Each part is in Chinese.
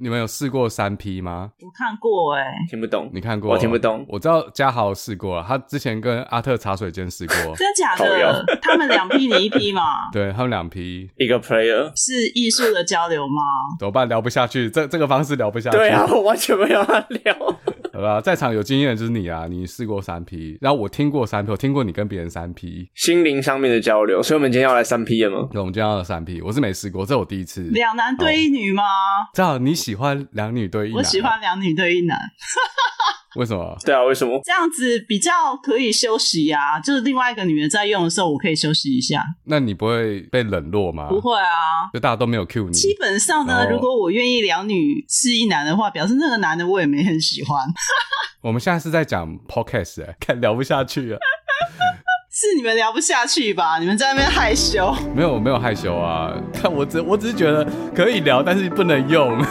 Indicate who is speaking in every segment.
Speaker 1: 你们有试过三 P 吗？
Speaker 2: 我看过哎、，
Speaker 3: 听不懂，
Speaker 1: 你看过？
Speaker 3: 我听不懂。
Speaker 1: 我知道嘉豪试过了，啊他之前跟阿特茶水间试 过
Speaker 2: 真假
Speaker 3: 好
Speaker 2: 的？他们两批你一 批嘛？
Speaker 1: 对他们两 P
Speaker 3: 一个 player。
Speaker 2: 是艺术的交流吗？
Speaker 1: 怎么办？聊不下去，这这个方式聊不下去。
Speaker 3: 对啊，我完全没有要聊。
Speaker 1: 好吧，在场有经验的就是你啊，你试过三 P，然后我听过三 P，我听过你跟别人三 P，
Speaker 3: 心灵上面的交流，所以我们今天要来三 P 啊了吗？
Speaker 1: 对，我们今天要三 P，我是没试过，这是我第一次。
Speaker 2: 两男对一女吗？
Speaker 1: 知道你喜欢两女对一男，
Speaker 2: 我喜，欢两女对一男，
Speaker 1: 为什么？
Speaker 3: 对啊，为什么？
Speaker 2: 这样子比较可以休息啊。就是另外一个女人在用的时候，我可以休息一下。
Speaker 1: 那你不会被冷落吗？
Speaker 2: 不，会啊，
Speaker 1: 就大家都没有 Q 你。
Speaker 2: 基本上呢，
Speaker 1: 嗯哦
Speaker 2: 如果我愿意两女是一男的话，表示那个男的我也没很喜欢。
Speaker 1: 我们现在是在讲 podcast，、欸、看聊不下去了。
Speaker 2: 是你们聊不下去吧？你们在那边害羞。
Speaker 1: 没有，没有害羞啊，看我只我只是觉得可以聊，但是不能用。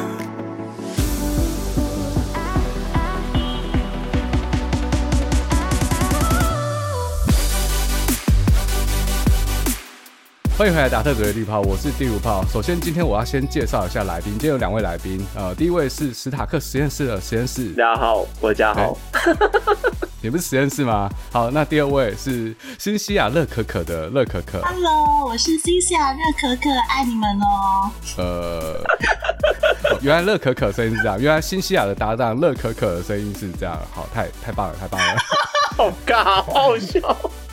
Speaker 1: 欢迎回来，达特嘴的绿炮，我是第五炮。首先，今天我要先介绍一下来宾，今天有两位来宾，呃，第一位是史塔克实验室的实验室
Speaker 3: 大家好，我家豪。
Speaker 1: 你不是实验室吗？好，那第二位是新西亚乐可可的乐可可，
Speaker 2: Hello，我是新西兰热可可，爱你们哦。
Speaker 1: 呃，原来乐可可声音是这样，原来新西亚的搭档乐可可的声音是这样，好，太太棒了，太棒了。
Speaker 3: 好尬，好好笑。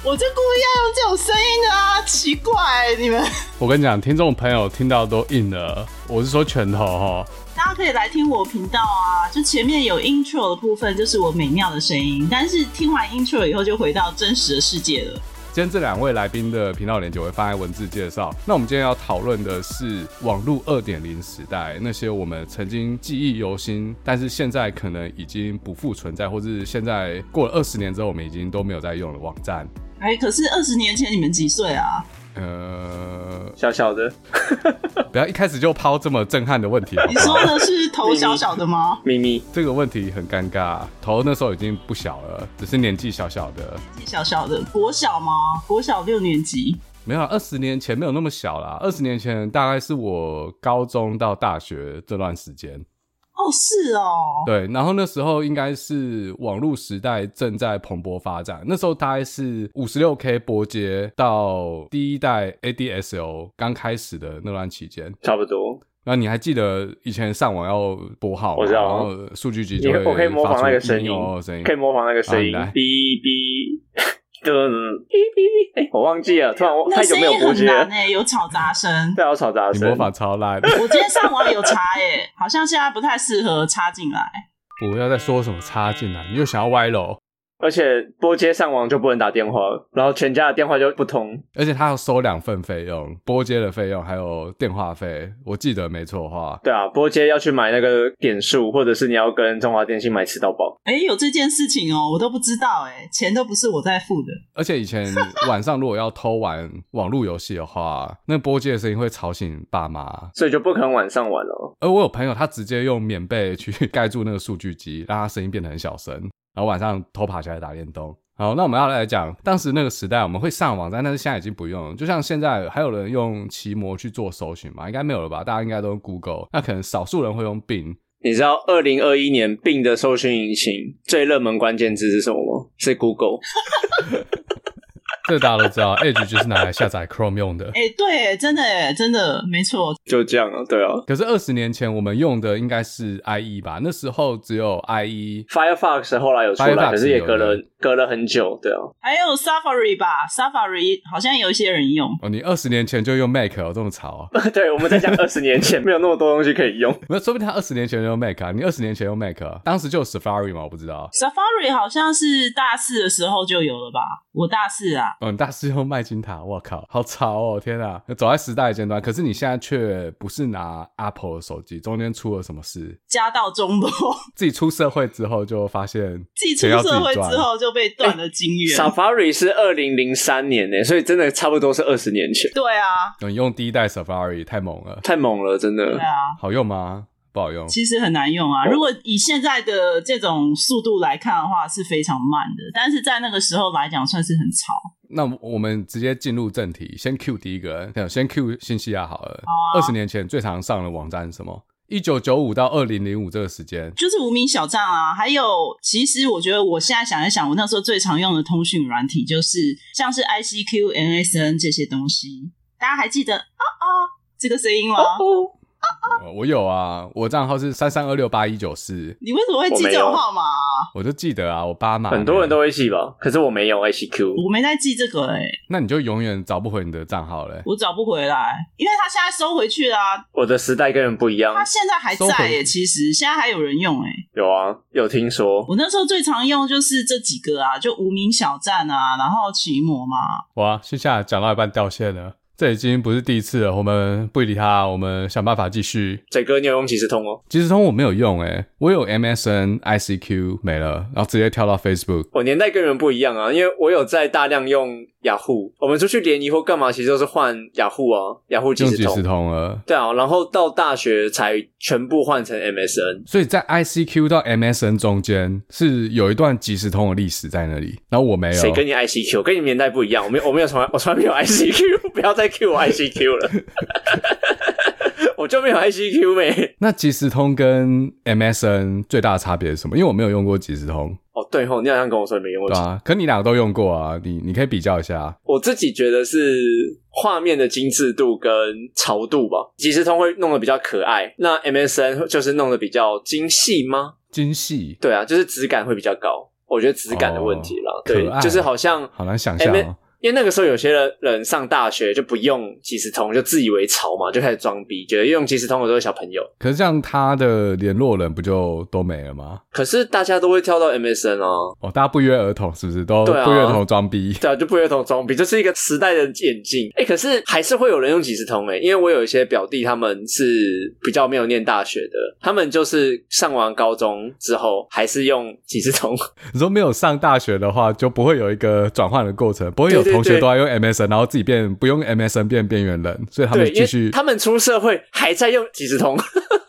Speaker 2: 我就故意要用这种声音的啊，奇怪、你们。
Speaker 1: 我跟你讲，听众朋友听到都硬了，我是说拳头哈。
Speaker 2: 大家可以来听我频道啊，就前面有 intro 的部分，就是我美妙的声音，但是听完 intro 以后就回到真实的世界了。
Speaker 1: 今天这两位来宾的频道链接我会放在文字介绍。那我们今天要讨论的是网络二点零时代那些我们曾经记忆犹新，但是现在可能已经不复存在，或是现在过了二十年之后，我们已经都没有在用的网站。
Speaker 2: 哎、可是二十年前你们几岁啊？
Speaker 1: 呃，
Speaker 3: 小小的
Speaker 1: 不要一开始就抛这么震撼的问题好
Speaker 2: 你
Speaker 1: 不好
Speaker 2: 说？的是头小小的 吗？
Speaker 3: 咪咪，
Speaker 1: 这个问题很尴尬，头那时候已经不小了，只是年纪小小的，
Speaker 2: 小小的，国小吗？国小六年级。
Speaker 1: 没有啊二十年前没有那么小啦，二十年前大概是我高中到大学这段时间，
Speaker 2: 哦，是哦，
Speaker 1: 对，然后那时候应该是网络时代正在蓬勃发展，那时候大概是五十六 K 波接到第一代 ADSL 刚开始的那段期间，
Speaker 3: 差不多。
Speaker 1: 那你还记得以前上网要拨号吗，
Speaker 3: 我知道
Speaker 1: 然后数据集
Speaker 3: 你
Speaker 1: 就会
Speaker 3: 我可以模
Speaker 1: 发
Speaker 3: 仿
Speaker 1: 出
Speaker 3: 那个声音
Speaker 1: 100声音，
Speaker 3: 可以模仿那个声
Speaker 1: 好
Speaker 3: 音，
Speaker 1: 你来
Speaker 3: 哔哔， 就是哔哔哔。哎，我忘记了，突然我
Speaker 2: 那
Speaker 3: 太久
Speaker 2: 声
Speaker 3: 没有
Speaker 2: 音
Speaker 3: 播
Speaker 2: 很
Speaker 3: 接
Speaker 2: 难
Speaker 3: 了，
Speaker 2: 哎、有吵杂声。
Speaker 3: 对啊，我吵杂
Speaker 1: 你
Speaker 3: 声
Speaker 1: 模。仿超烂。
Speaker 2: 我今天上网有查耶、好像现在不太适合插进来。
Speaker 1: 不要再说什么插进来，你又想要歪楼，
Speaker 3: 而且拨接上网就不能打电话了，然后全家的电话就不通。
Speaker 1: 而且他要收两份费用，拨接的费用还有电话费，我记得没错的话，
Speaker 3: 对啊，拨接要去买那个点数，或者是你要跟中华电信买吃到饱。
Speaker 2: 哎、有这件事情哦，我都不知道哎、钱都不是我在付的。
Speaker 1: 而且以前晚上如果要偷玩网络游戏的话，那拨接的声音会吵醒爸妈。
Speaker 3: 所以就不肯晚上玩了。
Speaker 1: 而我有朋友，他直接用棉被去盖住那个数据机，让他声音变得很小声，然后晚上偷爬起来打电动。好，那我们要来讲当时那个时代，我们会上网站，但是现在已经不用了。就像现在还有人用奇摩去做搜寻嘛？应该没有了吧？大家应该都用 Google，那可能少数人会用 Bing，
Speaker 3: 你知道二零二一年病的搜寻引擎最热门关键字是什么吗？是 Google。
Speaker 1: 这大家都知道，Edge 就是拿来下载 Chrome 用的。
Speaker 2: 哎、对、真的、哎，真的，没错。
Speaker 3: 就这样啊，对啊。
Speaker 1: 可是二十年前我们用的应该是 IE 吧？那时候只有 E，IE，
Speaker 3: Firefox 后来有出
Speaker 1: Firefox
Speaker 3: 来，可是也
Speaker 1: 有
Speaker 3: 隔了隔了很久，对啊。
Speaker 2: 还有 Safari 吧，Safari 好像有一些人用。
Speaker 1: 哦，你二十年前就用 Mac 哦，这么潮、啊？
Speaker 3: 对，我 们在讲二十年前，没有那么多东西可以用。
Speaker 1: 没有，说不定他二十年前就用 Mac 啊，你二十年前用 Mac，、啊、当时就有 Safari 嘛？我不知道。
Speaker 2: Safari 好像是大四的时候就有了吧？我大四啊，
Speaker 1: 哦，你大师用麦金塔，我靠，好潮哦！天啊，走在时代的尖端，可是你现在却不是拿 Apple 的手机，中间出了什么事？
Speaker 2: 家道中落，
Speaker 1: 自己出社会之后就发现
Speaker 2: 自己出
Speaker 1: 钱要自己
Speaker 2: 社
Speaker 1: 赚，
Speaker 2: 会之后就被断了金源。
Speaker 3: Safari 是二零零三年呢，所以真的差不多是二十年 前，
Speaker 2: 对啊，
Speaker 1: 哦，你用第一代 Safari 太猛了，
Speaker 3: 太猛了，真
Speaker 2: 对
Speaker 3: 的。
Speaker 2: 啊，
Speaker 1: 好用吗？不好用。
Speaker 2: 其实很难用啊。
Speaker 3: 哦
Speaker 2: 如果以现在的这种速度来看的话，是非常慢的，但是在那个时候来讲，算是很吵。
Speaker 1: 那我们直接进入正题，先 Q 第一个人，先 Q 新西亚好了
Speaker 2: 好。
Speaker 1: 二
Speaker 2: 啊
Speaker 1: 十、年前最常上的网站是什么？一九九五到二零零五这个时间，
Speaker 2: 就是无名小站啊，还有，其实我觉得我现在想一想，我那时候最常用的通讯软体就是像是 ICQ、NSN 这些东西。大家还记得啊啊这个声音吗？
Speaker 3: 哦
Speaker 1: 哦我我有啊，我账号是三三二六八一九四，
Speaker 2: 你为什么会记这种号码啊、
Speaker 1: 我就记得啊，我爸妈
Speaker 3: 很多人都，会记吧，可是我没有 ICQ，
Speaker 2: 我没在记这个哎、
Speaker 1: 那你就永远找不回你的账号嘞。
Speaker 2: 我找不回来，因为他现在收回去啦、
Speaker 3: 我的时代跟人不一样
Speaker 2: 他。现在还在
Speaker 1: 收回
Speaker 2: 耶、其实现在还有人用哎、
Speaker 3: 有啊，有听说
Speaker 2: 我那时候最常用就是这几个啊，就无名小站啊，然后奇摩嘛。
Speaker 1: 哇，线下讲到一半掉线了，这已经不是第一次了，我们不理他，我们想办法继续。
Speaker 3: 嘴哥你有用即时通哦，
Speaker 1: 即时通我没有用诶、我有 MSN、ICQ 没了，然后直接跳到 Facebook。
Speaker 3: 我年代跟人不一样啊，因为我有在大量用雅虎，我们出去联谊或干嘛，其实都是换雅虎啊，雅虎即
Speaker 1: 用
Speaker 3: 时
Speaker 1: 即时
Speaker 3: 通。
Speaker 1: 通了，
Speaker 3: 对啊，然后到大学才全部换成 MSN。
Speaker 1: 所以在 ICQ 到 MSN 中间是有一段即时通的历史在那里，然后我没有。
Speaker 3: 谁跟你 ICQ？跟你年代不一样，我没有我没有从来我从来没有 ICQ，不要再 Q 我 ICQ 了， 我就没有 ICQ 没。
Speaker 1: 那即时通跟 MSN 最大的差别是什么？因为我没有用过即时通，
Speaker 3: 哦，对吼，你好像跟我说你没用过
Speaker 1: 对啊，可你两个都用过啊，你你可以比较一下。
Speaker 3: 我自己觉得是画面的精致度跟潮度吧，即时通会弄得比较可爱，那 MSN 就是弄得比较精细吗？
Speaker 1: 精细，
Speaker 3: 对啊，就是质感会比较高，我觉得质感的问题啦，对
Speaker 1: 哦可爱，
Speaker 3: 就是好像
Speaker 1: 好难想象、
Speaker 3: M-
Speaker 1: 哦。
Speaker 3: 因为那个时候有些人人上大学就不用即时通，就自以为潮嘛，就开始装逼，觉得用即时通的都是小朋友。
Speaker 1: 可是这样他的联络人不就都没了吗？
Speaker 3: 可是大家都会跳到 MSN 啊，
Speaker 1: 哦，大家不约而同，是不是都不
Speaker 3: 对啊
Speaker 1: 约而同装逼？
Speaker 3: 对啊，就不约同装逼，这是一个时代的演进。哎、可是还是会有人用即时通哎、因为我有一些表弟他们是比较没有念大学的，他们就是上完高中之后还是用即时通，
Speaker 1: 你说没有上大学的话，就不会有一个转换的过程，不会有
Speaker 3: 对对
Speaker 1: 同学
Speaker 3: 对
Speaker 1: 都在用 MSN，然后自己变不用 MSN 变边缘人，所以他们
Speaker 3: 对，因
Speaker 1: 继续
Speaker 3: 为。他们出社会还在用即时通，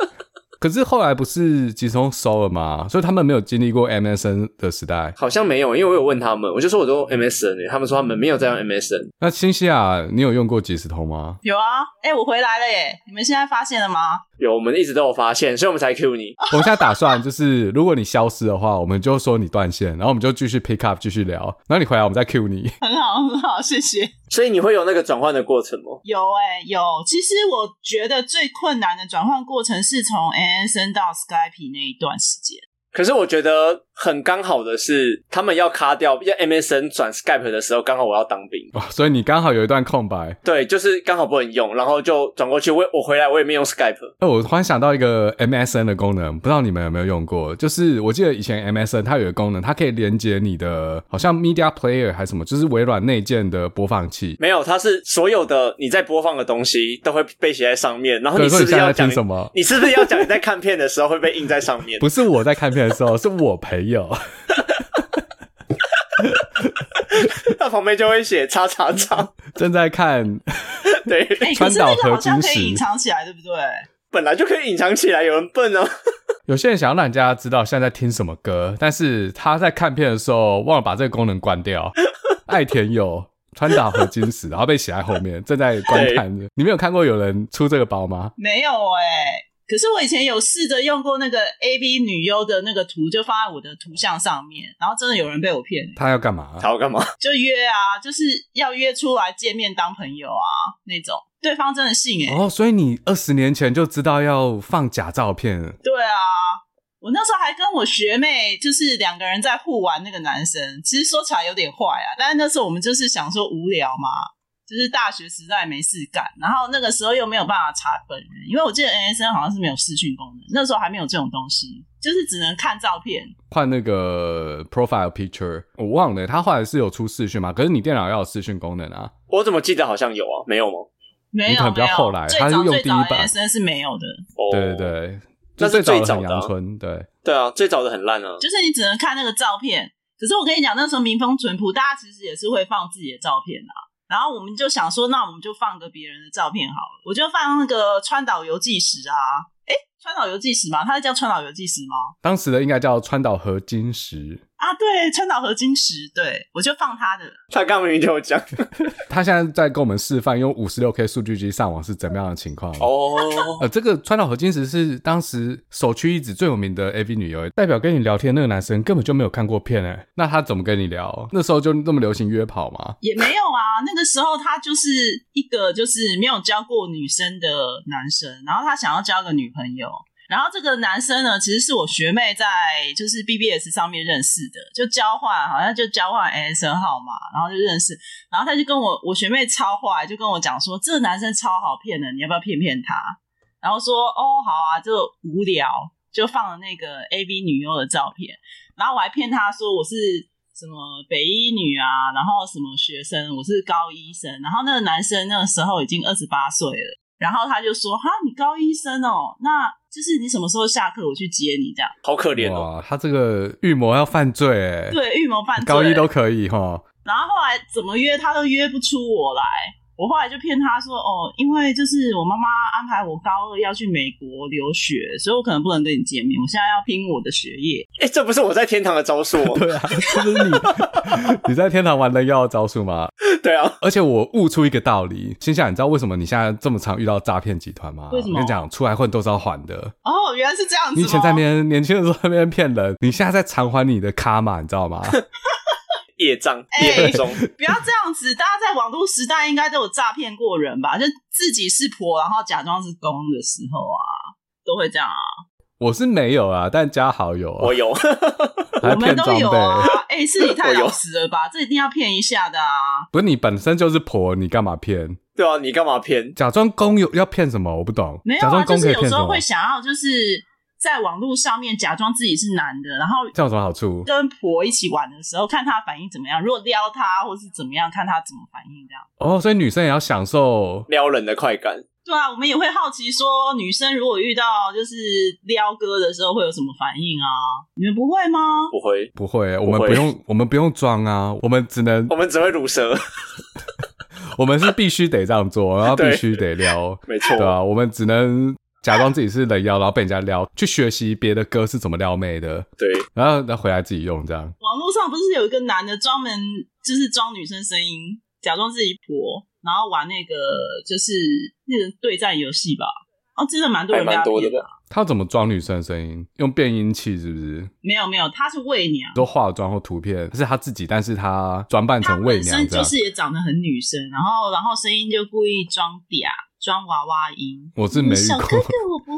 Speaker 1: 可是后来不是即时通收了吗？所以他们没有经历过 MSN 的时代。
Speaker 3: 好像没有，因为我有问他们，我就说我都用 MSN，、欸、他们说他们没有在用 MSN，
Speaker 1: 那新西亚，你有用过即时通吗？
Speaker 2: 有啊，哎、我回来了耶！你们现在发现了吗？
Speaker 3: 有我们一直都有发现，所以我们才 Q 你。
Speaker 1: 我们现在打算就是，如果你消失的话，我们就说你断线，然后我们就继续 pick up 继续聊，然后你回来我们再 Q 你。
Speaker 2: 很好，很好，谢谢。
Speaker 3: 所以你会有那个转换的过程吗？
Speaker 2: 有哎、有。其实我觉得最困难的转换过程是从 NSN 到 Skype 那一段时间。
Speaker 3: 可是我觉得很刚好的是，他们要卡掉要 MSN 转 Skype 的时候，刚好我要当兵，
Speaker 1: 哇，哦所以你刚好有一段空白。
Speaker 3: 对，就是刚好不能用，然后就转过去。我我回来我也没用 Skype，
Speaker 1: 哎，我突然想到一个 MSN 的功能，不知道你们有没有用过？就是我记得以前 MSN 它有一个功能，它可以连接你的好像 Media Player 还是什么，就是微软内建的播放器。
Speaker 3: 没有，它是所有的你在播放的东西都会被写在上面，然后
Speaker 1: 对，
Speaker 3: 哦你
Speaker 1: 说
Speaker 3: 是
Speaker 1: 你
Speaker 3: 不是
Speaker 1: 现在
Speaker 3: 要
Speaker 1: 在
Speaker 3: 讲
Speaker 1: 听？什么？
Speaker 3: 你是不是要讲你在看片的时候会被印在上面？
Speaker 1: 不是我在看片的时候，是我朋友。
Speaker 3: 那旁边就会写叉叉 叉。
Speaker 1: 正在看，
Speaker 3: 对，
Speaker 2: 哎、可
Speaker 1: 川
Speaker 2: 是
Speaker 1: 岛
Speaker 2: 那个好像
Speaker 1: 合
Speaker 2: 可
Speaker 1: 金石
Speaker 2: 以隐藏起来，对不对？
Speaker 3: 本来就可以隐藏起来，有人笨啊。
Speaker 1: 有些人想要让人家知道现在在听什么歌，但是他在看片的时候忘了把这个功能关 掉。爱田友川岛和金石，然后被写在后面，正在观看着。你没有看过有人出这个包吗？
Speaker 2: 没有哎、可是我以前有试着用过那个 A V 女优的那个图，就放在我的图像上面，然后真的有人被我骗、
Speaker 1: 他要干嘛？
Speaker 3: 他要干嘛？
Speaker 2: 就约啊，就是要约出来见面当朋友啊那种。对方真的信哎、
Speaker 1: 哦，所以你二十年前就知道要放假照片，
Speaker 2: 对啊，我那时候还跟我学妹就是两个人在互玩那个男生，其实说起来有点坏啊，但是那时候我们就是想说无聊嘛，就是大学时代没事干，然后那个时候又没有办法查本人，因为我记得 NSN 好像是没有视讯功能，那时候还没有这种东西，就是只能看照片。
Speaker 1: 换那个 profile picture，我忘了他后来是有出视讯吗？可是你电脑要有视讯功能啊。
Speaker 3: 我怎么记得好像有啊？没有吗？
Speaker 2: 没
Speaker 1: 你可
Speaker 2: 有，
Speaker 1: 能
Speaker 2: 没
Speaker 1: 比较
Speaker 2: 有，
Speaker 1: 后来
Speaker 2: 最
Speaker 1: 他是
Speaker 2: 早
Speaker 1: 用
Speaker 2: 最
Speaker 1: 第一
Speaker 2: 早
Speaker 1: 版
Speaker 2: NSN 是没有的，
Speaker 3: 哦
Speaker 1: 对对对，
Speaker 3: 那是
Speaker 1: 最
Speaker 3: 最早
Speaker 1: 很
Speaker 3: 的啊
Speaker 1: 阳春，对。
Speaker 3: 对啊，最早的很烂啊。
Speaker 2: 就是你只能看那个照片。可是我跟你讲，那时候民风淳朴，大家其实也是会放自己的照片啊。然后我们就想说，那我们就放个别人的照片好了。我就放那个川岛由纪实啊，诶，川岛由纪实吗？他是叫川岛由纪实吗？
Speaker 1: 当时的应该叫川岛和金石，
Speaker 2: 啊，对，川岛合金石，对我就放他的。
Speaker 3: 他刚明明就有 讲
Speaker 1: 他现在在跟我们示范用五十六 K 数据机上网是怎么样的情况。
Speaker 3: 哦，
Speaker 1: 呃，这个川岛和金石是当时首屈一指最有名的 AV 女优，代表跟你聊天那个男生根本就没有看过片哎、那他怎么跟你聊？那时候就那么流行约跑吗？
Speaker 2: 也没有啊，那个时候他就是一个就是没有交过女生的男生，然后他想要交个女朋友，然后这个男生呢，其实是我学妹在就是 BBS 上面认识的，就交换好像就交换 ASN 号码，然后就认识，然后他就跟我我学妹超坏，就跟我讲说这个男生超好骗的，你要不要骗骗他？然后说哦好啊，就无聊，就放了那个 AV 女优的照片，然后我还骗他说我是什么北医女啊，然后什么学生，我是高医生，然后那个男生那个时候已经二十八岁了，然后他就说哈你高医生哦，那就是你什么时候下课我去接你这样，
Speaker 3: 好可怜哦。
Speaker 1: 哇，他这个预谋要犯罪哎、
Speaker 2: 对预谋犯罪，
Speaker 1: 高一都可以 哈。
Speaker 2: 然后后来怎么约他都约不出我来，我后来就骗他说哦，因为就是我妈妈安排我高二要去美国留学，所以我可能不能跟你见面，我现在要拼我的学业。
Speaker 3: 哎、这不是我在天堂的招数哦吗？
Speaker 1: 对 啊，这是你你在天堂玩的要招数吗？
Speaker 3: 对啊，
Speaker 1: 而且我悟出一个道理，心想你知道为什么你现在这么常遇到诈骗集团吗？
Speaker 2: 为什么
Speaker 1: 我跟你讲，出来混都是要还的。
Speaker 2: 哦，原来是这样 子吗。
Speaker 1: 你以前在那边年轻的时候在那边骗人，你现在在偿还你的卡玛，你知 道吗？
Speaker 3: 业障
Speaker 2: 哎
Speaker 3: 业中，
Speaker 2: 不要这样子，大家在网络时代应该都有诈骗过人吧？就自己是婆，然后假装是公的时候啊，都会这样啊。
Speaker 1: 我是没有啊，但加好友啊
Speaker 3: 我， 有
Speaker 1: 还
Speaker 2: 我们
Speaker 1: 骗
Speaker 2: 都
Speaker 1: 装
Speaker 2: 有
Speaker 1: 备。
Speaker 2: 啊。哎、 是你太
Speaker 3: 我有
Speaker 2: 老实了吧？这一定要骗一下的啊。
Speaker 1: 不是你本身就是婆，你干嘛骗？
Speaker 3: 对啊，你干嘛骗？
Speaker 1: 假装公有要骗什么？我不懂。
Speaker 2: 没有
Speaker 1: 假
Speaker 2: 啊，
Speaker 1: 装
Speaker 2: 就
Speaker 1: 公可
Speaker 2: 是
Speaker 1: 以
Speaker 2: 有
Speaker 1: 骗
Speaker 2: 时
Speaker 1: 什
Speaker 2: 候
Speaker 1: 么
Speaker 2: 会？想要就是在网络上面假装自己是男的，然后
Speaker 1: 这样有什么好处？
Speaker 2: 跟婆一起玩的时候，看他反应怎么样。如果撩他或是怎么样，看他怎么反应这样。
Speaker 1: 哦，所以女生也要享受。
Speaker 3: 撩人的快感，
Speaker 2: 对啊，我们也会好奇说，女生如果遇到就是撩哥的时候会有什么反应啊？你们不会吗？
Speaker 3: 不会，
Speaker 1: 不会，我
Speaker 3: 会
Speaker 1: 们不用，我们不用装啊，我们只 能
Speaker 3: 我，们只会乳蛇，
Speaker 1: 我们是必须得这样做，然后必
Speaker 3: 对
Speaker 1: 须得撩，
Speaker 3: 没错
Speaker 1: 对，啊，我们只能假装自己是人妖，然后被人家撩，去学习别的歌是怎么撩妹的，
Speaker 3: 对，
Speaker 1: 然后再回来自己用这样。
Speaker 2: 网络上不是有一个男的专门就是装女生声音，假装自己婆，然后玩那个就是那个对战游戏吧？哦，真的蛮多
Speaker 3: 还
Speaker 2: 人被
Speaker 3: 蛮
Speaker 2: 他
Speaker 3: 多的
Speaker 2: 骗
Speaker 3: 吧
Speaker 2: 的。。
Speaker 1: 他怎么装女生的声音？用变音器是不是？
Speaker 2: 没有没有，他是媚娘，
Speaker 1: 都化妆或图片是他自己，但是他装扮
Speaker 2: 他
Speaker 1: 成媚
Speaker 2: 本
Speaker 1: 娘
Speaker 2: 身
Speaker 1: 这
Speaker 2: 就
Speaker 1: 样。
Speaker 2: 是也长得很女生，然后然后声音就故意装嗲，装娃娃音。
Speaker 1: 我是没遇
Speaker 2: 小哥
Speaker 1: 过，
Speaker 2: 哥，我不会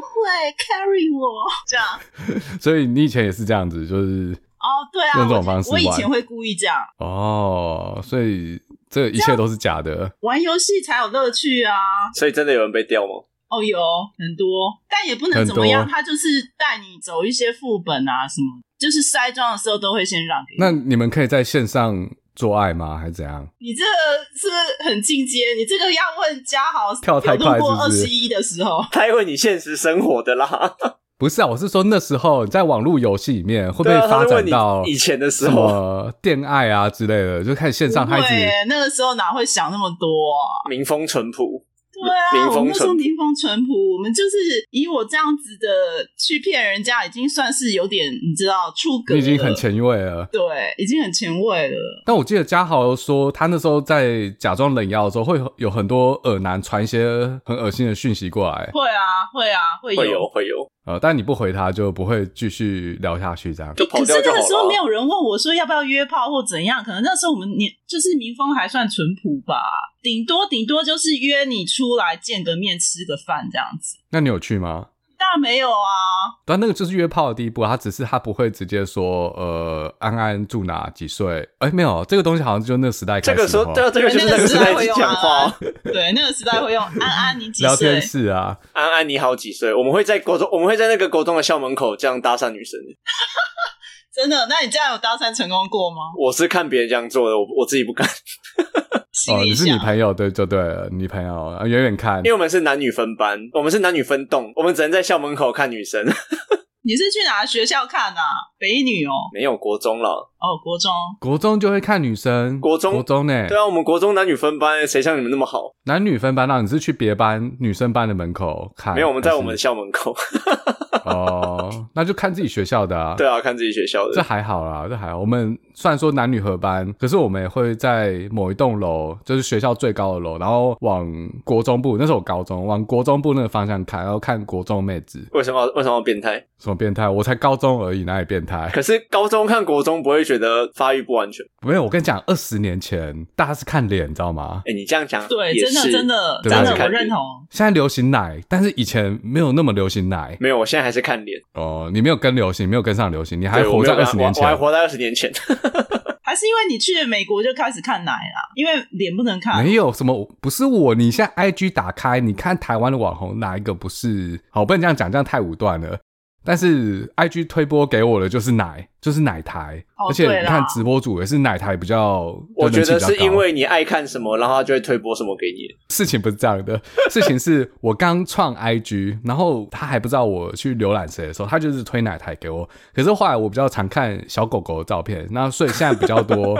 Speaker 2: carry 我这样。
Speaker 1: 所以你以前也是这样子，就是
Speaker 2: 哦，对啊，
Speaker 1: 用这种
Speaker 2: 我
Speaker 1: 方式
Speaker 2: 我以
Speaker 1: 玩
Speaker 2: 前会故意这样
Speaker 1: 哦，所以这一切都是假的。
Speaker 2: 玩游戏才有乐趣啊。
Speaker 3: 所以真的有人被钓吗？
Speaker 2: 哦，有很多，但也不能
Speaker 1: 很
Speaker 2: 怎么样，
Speaker 1: 多
Speaker 2: 他就是带你走一些副本啊什么，就是塞装的时候都会先让给你。
Speaker 1: 那你们可以在线上做爱吗？还是怎样？
Speaker 2: 你这个是不是很进阶？你这个要问嘉豪
Speaker 1: 跳太快
Speaker 2: 有路过
Speaker 1: 是
Speaker 2: 二
Speaker 1: 不是
Speaker 2: 十一的时候，
Speaker 3: 他会你现实生活的 啦，
Speaker 1: 不是啊，我是说那时候你在网络游戏里面会不
Speaker 3: 对
Speaker 1: 会
Speaker 3: 啊，他
Speaker 1: 发
Speaker 3: 会
Speaker 1: 展
Speaker 3: 问你
Speaker 1: 到
Speaker 3: 以前的时
Speaker 1: 什
Speaker 3: 候，
Speaker 1: 么恋爱啊之类的，就开始 线上
Speaker 2: 不
Speaker 1: 开
Speaker 2: 会
Speaker 1: 始
Speaker 2: 耶那个时候哪会想那么多啊、
Speaker 3: 民风淳朴，
Speaker 2: 对啊，
Speaker 3: 民
Speaker 2: 我
Speaker 3: 风
Speaker 2: 们那时候
Speaker 3: 淳朴
Speaker 2: 民风淳朴，我们就是以我这样子的去骗人家，已经算是有点你知道出格了，
Speaker 1: 你已经很前卫了。
Speaker 2: 对，已经很前卫了。
Speaker 1: 但我记得嘉豪说，他那时候在假装冷药的时候，会有很多耳男传一些很恶心的讯息过来，
Speaker 2: 会啊，会啊，会有。
Speaker 3: 会有会有，
Speaker 1: 呃，但你不回他就不会继续聊下去，这样
Speaker 3: 就跑
Speaker 2: 可是
Speaker 3: 掉就
Speaker 2: 那
Speaker 3: 好
Speaker 2: 个时候没
Speaker 3: 了啊。
Speaker 2: 有人问我说要不要约炮或怎样，可能那时候我们年就是民风还算淳朴吧，顶多顶多就是约你出来见个面吃个饭这样子。
Speaker 1: 那你有去吗？
Speaker 2: 当然没有啊，
Speaker 1: 但那个就是约炮的第一步啊，他只是他不会直接说，呃，安安住哪几岁？哎、没有，这个东西好像就那个时代开
Speaker 3: 这
Speaker 1: 始
Speaker 3: 个时候，
Speaker 1: 吼
Speaker 3: 对啊，这个就是
Speaker 2: 那
Speaker 3: 那
Speaker 2: 个
Speaker 3: 个
Speaker 2: 时
Speaker 3: 时
Speaker 2: 代
Speaker 3: 代
Speaker 2: 会用
Speaker 3: 讲话哦。
Speaker 2: 对，那个时代会用安安你几
Speaker 1: 聊
Speaker 2: 岁
Speaker 1: 天？室啊，
Speaker 3: 安安，你好几岁？我们会在国中，我们会在那个国中的校门口这样搭讪女生。
Speaker 2: 真的？那你这样有搭讪成功过吗？
Speaker 3: 我是看别人这样做的，我我自己不敢，
Speaker 2: 心
Speaker 1: 哦，
Speaker 2: 里
Speaker 1: 你是你
Speaker 2: 想，
Speaker 1: 朋友对就对了，你朋友啊远远看
Speaker 3: 因为我们是男女分班，我们是男女分栋，我们只能在校门口看女生。
Speaker 2: 你是去哪个学校看啊？北女哦，
Speaker 3: 没有国中了。
Speaker 2: 哦，国中
Speaker 1: 国中就会看女生，
Speaker 3: 国中
Speaker 1: 国中呢、
Speaker 3: 对啊，我们国中男女分班，谁像你们那么好？
Speaker 1: 男女分班，那你是去别班女生班的门口看？
Speaker 3: 没有，我们在
Speaker 1: 还是
Speaker 3: 我们校门口。
Speaker 1: 哦，那就看自己学校的啊。
Speaker 3: 对啊，看自己学校
Speaker 1: 这
Speaker 3: 的。
Speaker 1: 还好啦，这还好。我们虽然说男女合班，可是我们也会在某一栋楼，就是学校最高的楼，然后往国中部，那时候我高中，往国中部那个方向看，然后看国中妹子，
Speaker 3: 为什么为什么要变态？
Speaker 1: 什么变态？我才高中而已，哪里变 态？
Speaker 3: 可是高中看国中不会觉得发育不完全。
Speaker 1: 没有，我跟你讲，二十年前大家是看脸，你知道吗？
Speaker 3: 哎、你这样讲
Speaker 2: 对，
Speaker 3: 也
Speaker 2: 真
Speaker 3: 是
Speaker 2: 的真的
Speaker 1: 对
Speaker 2: 真
Speaker 1: 大家
Speaker 2: 的
Speaker 1: 看
Speaker 2: 我
Speaker 3: 脸
Speaker 2: 认同。
Speaker 1: 现在流行奶，但是以前没有那么流行奶
Speaker 3: 没有，我现在还是看脸，
Speaker 1: 哦。你没有跟流行，没有跟上流行，你还
Speaker 3: 对我
Speaker 1: 活
Speaker 3: 没
Speaker 1: 在
Speaker 3: 有办
Speaker 1: 二
Speaker 3: 法
Speaker 1: 十年
Speaker 3: 我
Speaker 1: 前
Speaker 3: 我还。活在二十 年前。
Speaker 2: 还是因为你去了美国就开始看奶啦，因为脸不能看。
Speaker 1: 没有什么，不是我。你现在 I G 打开，你看台湾的网红哪一个不是？好，不能这样讲，这样太武断了。但是 I G 推播给我的就是奶，就是奶台，
Speaker 2: 哦
Speaker 1: 而且
Speaker 2: 对
Speaker 1: 你
Speaker 2: 啦
Speaker 1: 看直播主也是奶台比较，
Speaker 3: 我觉
Speaker 1: 人气
Speaker 3: 得
Speaker 1: 比较
Speaker 3: 是
Speaker 1: 高
Speaker 3: 因为你爱看什么，然后他就会推播什么给你。
Speaker 1: 事情不是这样的， 事情是我刚创 IG，然后他还不知道我去浏览谁的时候，他就是推奶台给我。可是后来我比较常看小狗狗的照片，那所以现在比较多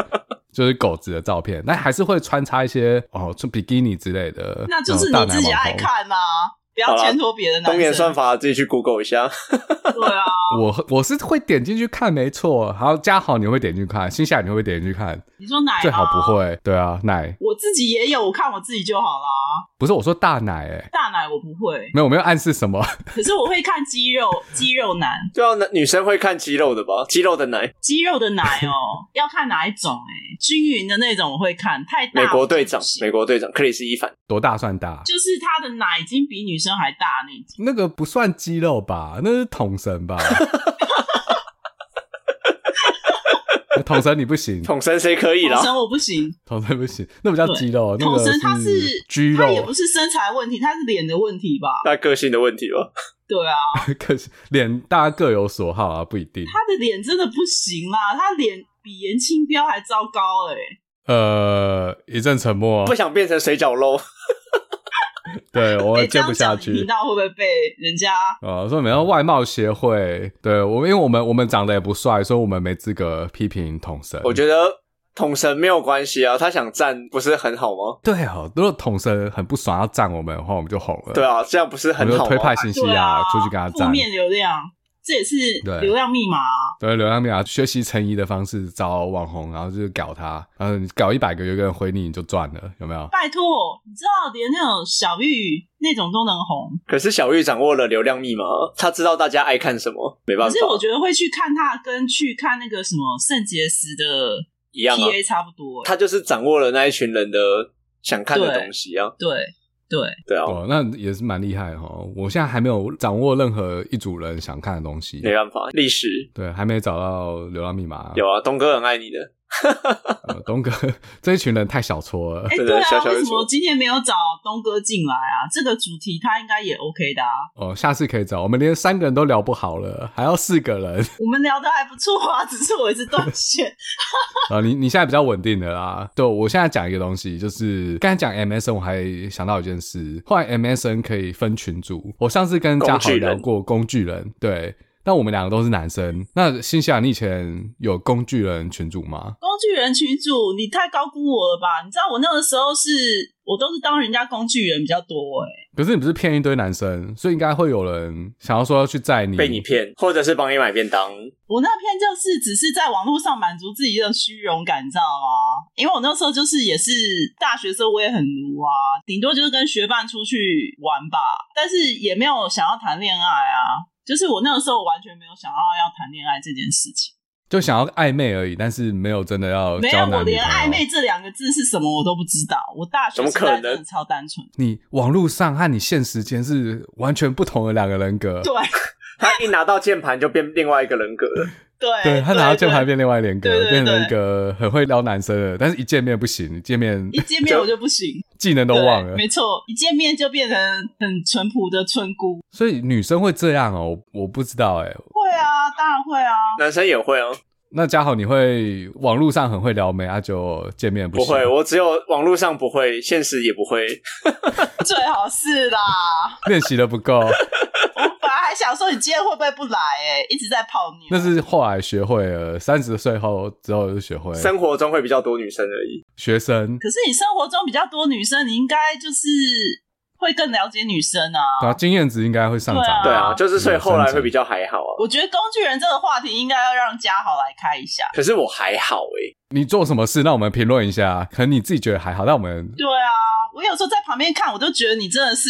Speaker 1: 就是狗子的照片，但 还是会穿插一些哦，就比基尼之类的，
Speaker 2: 那就是
Speaker 1: 嗯大
Speaker 2: 你
Speaker 1: 奶
Speaker 2: 自己
Speaker 1: 网
Speaker 2: 爱
Speaker 1: 红
Speaker 2: 看啦、不
Speaker 3: 好
Speaker 2: 要
Speaker 3: 啦
Speaker 2: 牵拖别的男
Speaker 3: 东
Speaker 2: 生。啊
Speaker 3: 眼算法自己去 Google 一下。
Speaker 2: 对啊，
Speaker 1: 我我是会点进去看，没错。好，嘉豪你会点进去看，新夏你会不会点进去看？
Speaker 2: 你说奶吗
Speaker 1: 最好不会。对啊，奶
Speaker 2: 我自己也有，我看我自己就好啦。
Speaker 1: 不是我说大奶哎、欸，
Speaker 2: 大奶我不会，
Speaker 1: 没有我没有暗示什么，
Speaker 2: 可是我会看肌肉肌肉男
Speaker 3: 对啊，那女生会看肌肉的吧？肌肉的奶，
Speaker 2: 肌肉的奶哦，要看哪一种哎、均匀的那种我会看，太大
Speaker 3: 美国队
Speaker 2: 我
Speaker 3: 长
Speaker 2: 就，不行
Speaker 3: 美国队长克里斯伊凡。
Speaker 1: 多大算大？
Speaker 2: 就是他的奶已经比女生还大那种。
Speaker 1: 那个不算肌肉吧，那是桶神吧？ 桶神你不行，
Speaker 3: 统神谁可以
Speaker 2: 统
Speaker 3: 啦？
Speaker 2: 神我不行，
Speaker 1: 桶神不行，那不叫肌肉，那
Speaker 2: 统
Speaker 1: 个
Speaker 2: 神他
Speaker 1: 是肌
Speaker 2: 他也不
Speaker 1: 肉，
Speaker 2: 是身材问题，他是脸的问题吧？
Speaker 3: 那个性的问题吧。
Speaker 2: 对啊，
Speaker 1: 可是脸大家各有所好啊，不一定。
Speaker 2: 他的脸真的不行啦，他脸比严清标还糟糕哎、
Speaker 1: 呃，一阵沉默
Speaker 3: 不，想变成水饺喽。
Speaker 1: 对 我
Speaker 2: 哎这
Speaker 1: 接
Speaker 2: 样
Speaker 1: 不下
Speaker 2: 讲你
Speaker 1: 去
Speaker 2: 频。道会不会被人家
Speaker 1: 啊，说美到外貌协会，对我们，因为我们我们长得也不帅，所以我们没资格批评统神。
Speaker 3: 我觉得统神没有关系啊，他想站不是很好吗？
Speaker 1: 对哦，如果统神很不爽要赞我们的话，我们就红了。
Speaker 3: 对，啊，这样不是
Speaker 1: 我
Speaker 3: 很
Speaker 1: 们就
Speaker 3: 好
Speaker 1: 推
Speaker 3: 吗
Speaker 1: 派？信息
Speaker 2: 对
Speaker 1: 啊，
Speaker 2: 啊
Speaker 1: 出去跟他
Speaker 2: 负
Speaker 1: 赞。
Speaker 2: 面流量？这也是
Speaker 1: 对
Speaker 2: 流量密码、啊。
Speaker 1: 对，流量密码学习成一的方式找网红，然后就是搞他，然后你搞一百个，有一个人回你，你就赚了，有没有？
Speaker 2: 拜托，你知道连那种小玉那种都能红，
Speaker 3: 可是小玉掌握了流量密码，他知道大家爱看什么，没办
Speaker 2: 可
Speaker 3: 法
Speaker 2: 是，我觉得会去看他跟去看那个什么肾结石的
Speaker 3: 一样啊。
Speaker 2: P A 差不多、欸。
Speaker 3: 他就是掌握了那一群人的想看的
Speaker 2: 对
Speaker 3: 东西啊。
Speaker 2: 对对，
Speaker 3: 对啊，
Speaker 1: 哦，那也是蛮厉害哈。我现在还没有掌握任何一组人想看的东西，
Speaker 3: 没办法，历史
Speaker 1: 对，还没找到流量密码。
Speaker 3: 啊有啊，东哥很爱你的。
Speaker 1: 呃东哥 这一群人太小撮了
Speaker 2: 哎、。
Speaker 3: 对
Speaker 2: 对啊，
Speaker 3: 小小玉
Speaker 2: 为什
Speaker 3: 说
Speaker 2: 么今天没有找东哥进来啊？这个主题他应该也 OK 的啊，
Speaker 1: 哦，下次可以找，我们连三个人都聊不好了，还要四个人。
Speaker 2: 我们聊的还不错啊，只是我一直断 线。
Speaker 1: 啊，你你现在比较稳定的啦。对，我现在讲一个东西，就是刚才讲 MSN，我还想到一件事，后来 MSN 可以分群组。我上次跟嘉
Speaker 3: 工
Speaker 1: 豪
Speaker 3: 具人
Speaker 1: 聊过工具人，对，但我们两个都是男生。那新西兰，你以前有工具人群组吗？
Speaker 2: 工具人群主，你太高估我了吧？你知道我那个时候是我都是当人家工具人比较多哎、
Speaker 1: 可是你不是骗一堆男生，所以应该会有人想要说要去载你，
Speaker 3: 被你骗，或者是帮你买便当。
Speaker 2: 我那篇就是只是在网络上满足自己的虚荣感，你知道吗？因为我那时候就是也是大学时候我也很奴啊，顶多就是跟学伴出去玩吧，但是也没有想要谈恋爱啊。就是我那个时候完全没有想要要谈恋爱这件事情，
Speaker 1: 就想要暧昧而已，但是没有真的要
Speaker 2: 没
Speaker 1: 哦
Speaker 2: 有
Speaker 1: 交
Speaker 2: 我
Speaker 1: 男女
Speaker 2: 连暧
Speaker 1: 朋
Speaker 2: 昧
Speaker 1: 友。
Speaker 2: 这两个字是什么我都不知道。我大学
Speaker 3: 怎么
Speaker 2: 时
Speaker 3: 可
Speaker 2: 代真的
Speaker 3: 能
Speaker 2: 超单纯，
Speaker 1: 你网络上和你现实间是完全不同的两个人格。
Speaker 2: 对
Speaker 3: 他一拿到键盘就变另外一个人格了。
Speaker 2: 哎对
Speaker 1: 对他拿到键盘变另外一人格
Speaker 2: 对，对
Speaker 1: 变成
Speaker 2: 对
Speaker 1: 一个很会撩男生的，但是一见面不行，一见面
Speaker 2: 一见面我就不行，
Speaker 1: 技能都
Speaker 2: 对，
Speaker 1: 忘了，
Speaker 2: 没错，一见面就变成很淳朴的村姑。
Speaker 1: 所以女生会这样哦，我我不知道哎。
Speaker 2: 会啊，当然会啊。
Speaker 3: 男生也会啊，
Speaker 1: 那嘉豪，你会网络上很会撩妹，啊就见面
Speaker 3: 不
Speaker 1: 行？
Speaker 3: 会，我只有网络上不会，现实也不会。
Speaker 2: 最好是啦，
Speaker 1: 练习的不够。
Speaker 2: 我本来还想说你今天会不会不来、欸？哎，一直在泡妞。
Speaker 1: 那是后来学会了，三十岁后之后就学会了。
Speaker 3: 生活中会比较多女生而已。
Speaker 1: 学生，
Speaker 2: 可是你生活中比较多女生，你应该就是会更了解女生啊。
Speaker 1: 对啊，经验值应该会上涨。
Speaker 3: 对啊，就是所以后来会比较还好啊。
Speaker 2: 我觉得工具人这个话题应该要让嘉豪来开一下。
Speaker 3: 可是我还好欸诶、
Speaker 1: 你做什么事，让我们评论一下。啊可能你自己觉得还好，但我们
Speaker 2: 对啊，我有时候在旁边看，我都觉得你真的是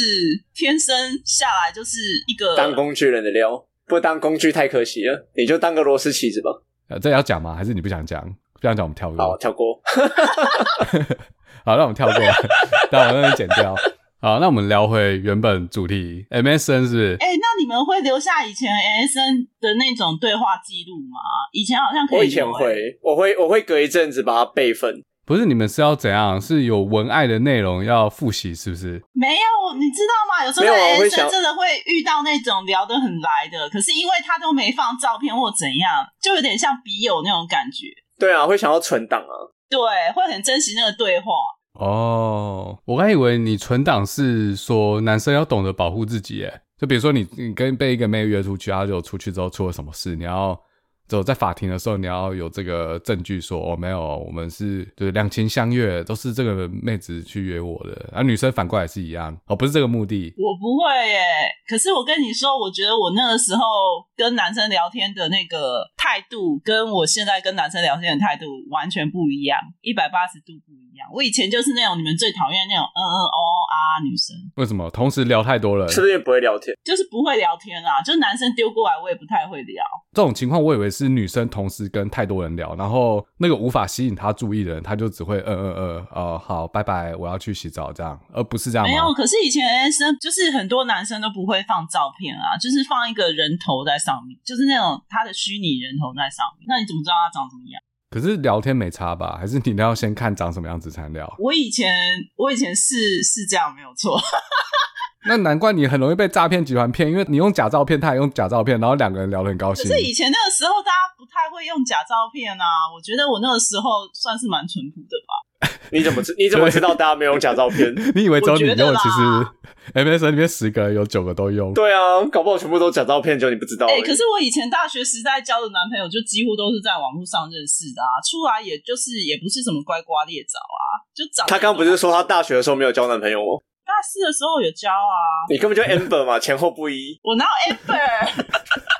Speaker 2: 天生下来就是一个
Speaker 3: 当工具人的料，不当工具太可惜了，你就当个螺丝起子吧。
Speaker 1: 呃这要讲吗？还是你不想讲？不想讲，我们跳过。
Speaker 3: 好，跳过。
Speaker 1: 好，那我们跳过， 但我那边剪掉。好，那我们聊回原本主题，MSN 是不是？
Speaker 2: 哎、那你们会留下以前 ASN 的那种对话记录吗？以前好像可以、
Speaker 3: 我以前
Speaker 2: 有欸，
Speaker 3: 会，我会我会隔一阵子把它备份。
Speaker 1: 不是你们是要怎样？是有文案的内容要复习，是不是？
Speaker 2: 没有，你知道吗？有时候
Speaker 3: 没有啊
Speaker 2: 在
Speaker 3: 我会想
Speaker 2: ASN 真的会遇到那种聊得很来的，可是因为他都没放照片或怎样，就有点像笔友那种感觉。
Speaker 3: 对啊，会想要存档啊。
Speaker 2: 对，会很珍惜那个对话。
Speaker 1: 哦，我还以为你存档是说男生要懂得保护自己，耶。就比如说你你跟被一个妹约出去，然后就出去之后出了什么事，你要只有在法庭的时候你要有这个证据说哦没有，我们是就是两情相悦，都是这个妹子去约我的，啊女生反过来也是一样，哦不是这个目的，
Speaker 2: 我不会耶，可是我跟你说，我觉得我那个时候跟男生聊天的那个态度，跟我现在跟男生聊天的态度完全不一样，一百八十度不一样。我以前就是那种你们最讨厌那种嗯嗯哦哦啊啊女生，
Speaker 1: 为什么？同时聊太多了，
Speaker 3: 是不是因为不会聊天？
Speaker 2: 就是不会聊天啦，就是男生丢过来我也不太会聊。
Speaker 1: 这种情况，我以为是女生同时跟太多人聊，然后那个无法吸引她注意的人，她就只会嗯嗯嗯，哦好，拜拜，我要去洗澡这样，而不是这样
Speaker 2: 没有，
Speaker 1: 吗？
Speaker 2: 可是以前 S 生就是很多男生都不会放照片啊，就是放一个人头在上面，就是那种他的虚拟人头在上面，那你怎么知道他长什么样？
Speaker 1: 可是聊天没差吧？还是你要先看长什么样子才聊？
Speaker 2: 我以前我以前是是这样没有错。
Speaker 1: 那难怪你很容易被诈骗集团骗，因为你用假照片，他也用假照片，然后两个人聊得很高
Speaker 2: 可
Speaker 1: 兴。
Speaker 2: 是以前那个时候，大家不太会用假照片啊。我觉得我那个时候算是蛮淳朴的吧。
Speaker 3: 你怎么知？你怎么知道大家没有用假照片？
Speaker 1: 你以为只有你
Speaker 2: 我觉得
Speaker 1: 用，
Speaker 2: 啦
Speaker 1: 其实哎 MSN 里面十个有九个都用。
Speaker 3: 对啊，搞不好全部都假照片，就你不知道而
Speaker 2: 哎、
Speaker 3: 已。
Speaker 2: 可是我以前大学时代交的男朋友，就几乎都是在网络上认识的啊。出来也就是也不是什么乖瓜裂枣啊，就长得
Speaker 3: 他刚不是说他大学的时候没有交男朋友吗？
Speaker 2: 大四的时候有交啊。
Speaker 3: 你根本就 amber 嘛，前后不一。
Speaker 2: 我哪有 amber？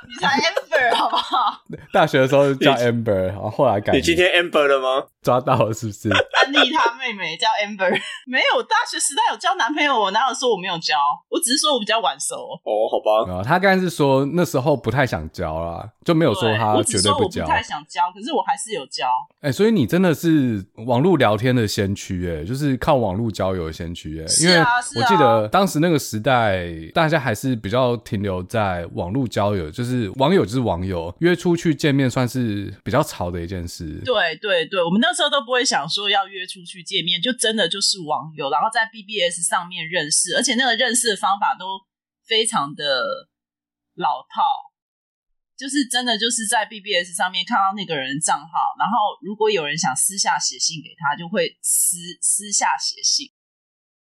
Speaker 2: 你 才 amber 好不好？
Speaker 1: 大学的时候叫
Speaker 3: 你
Speaker 1: Amber，然后后来改
Speaker 3: 你今天 amber 了吗？
Speaker 1: 抓到了是不是？
Speaker 2: 安利他妹妹叫 amber，没有。我大学时代有交男朋友，我哪有说我没有交？我只是说我比较晚熟。
Speaker 3: 哦，好吧，
Speaker 1: 啊，他刚才是说那时候不太想交啦，就没有说他
Speaker 2: 我只
Speaker 1: 绝
Speaker 2: 说
Speaker 1: 对
Speaker 2: 我
Speaker 1: 交。
Speaker 2: 太想交，可是我还是有交。
Speaker 1: 哎、所以你真的是网络聊天的先驱哎、就是靠网络交友的先驱哎、
Speaker 2: 是
Speaker 1: 因
Speaker 2: 啊
Speaker 1: 为
Speaker 2: 是
Speaker 1: 我
Speaker 2: 啊
Speaker 1: 记得当时那个时代，大家还是比较停留在网络交友，就是网友就是网友，约出去见面算是比较潮的一件事。
Speaker 2: 对对对，我们那时候都不会想说要约出去见面，就真的就是网友，然后在 BBS 上面认识，而且那个认识的方法都非常的老套，就是真的就是在 BBS 上面看到那个人的账号，然后如果有人想私下写信给他，就会私私下写信。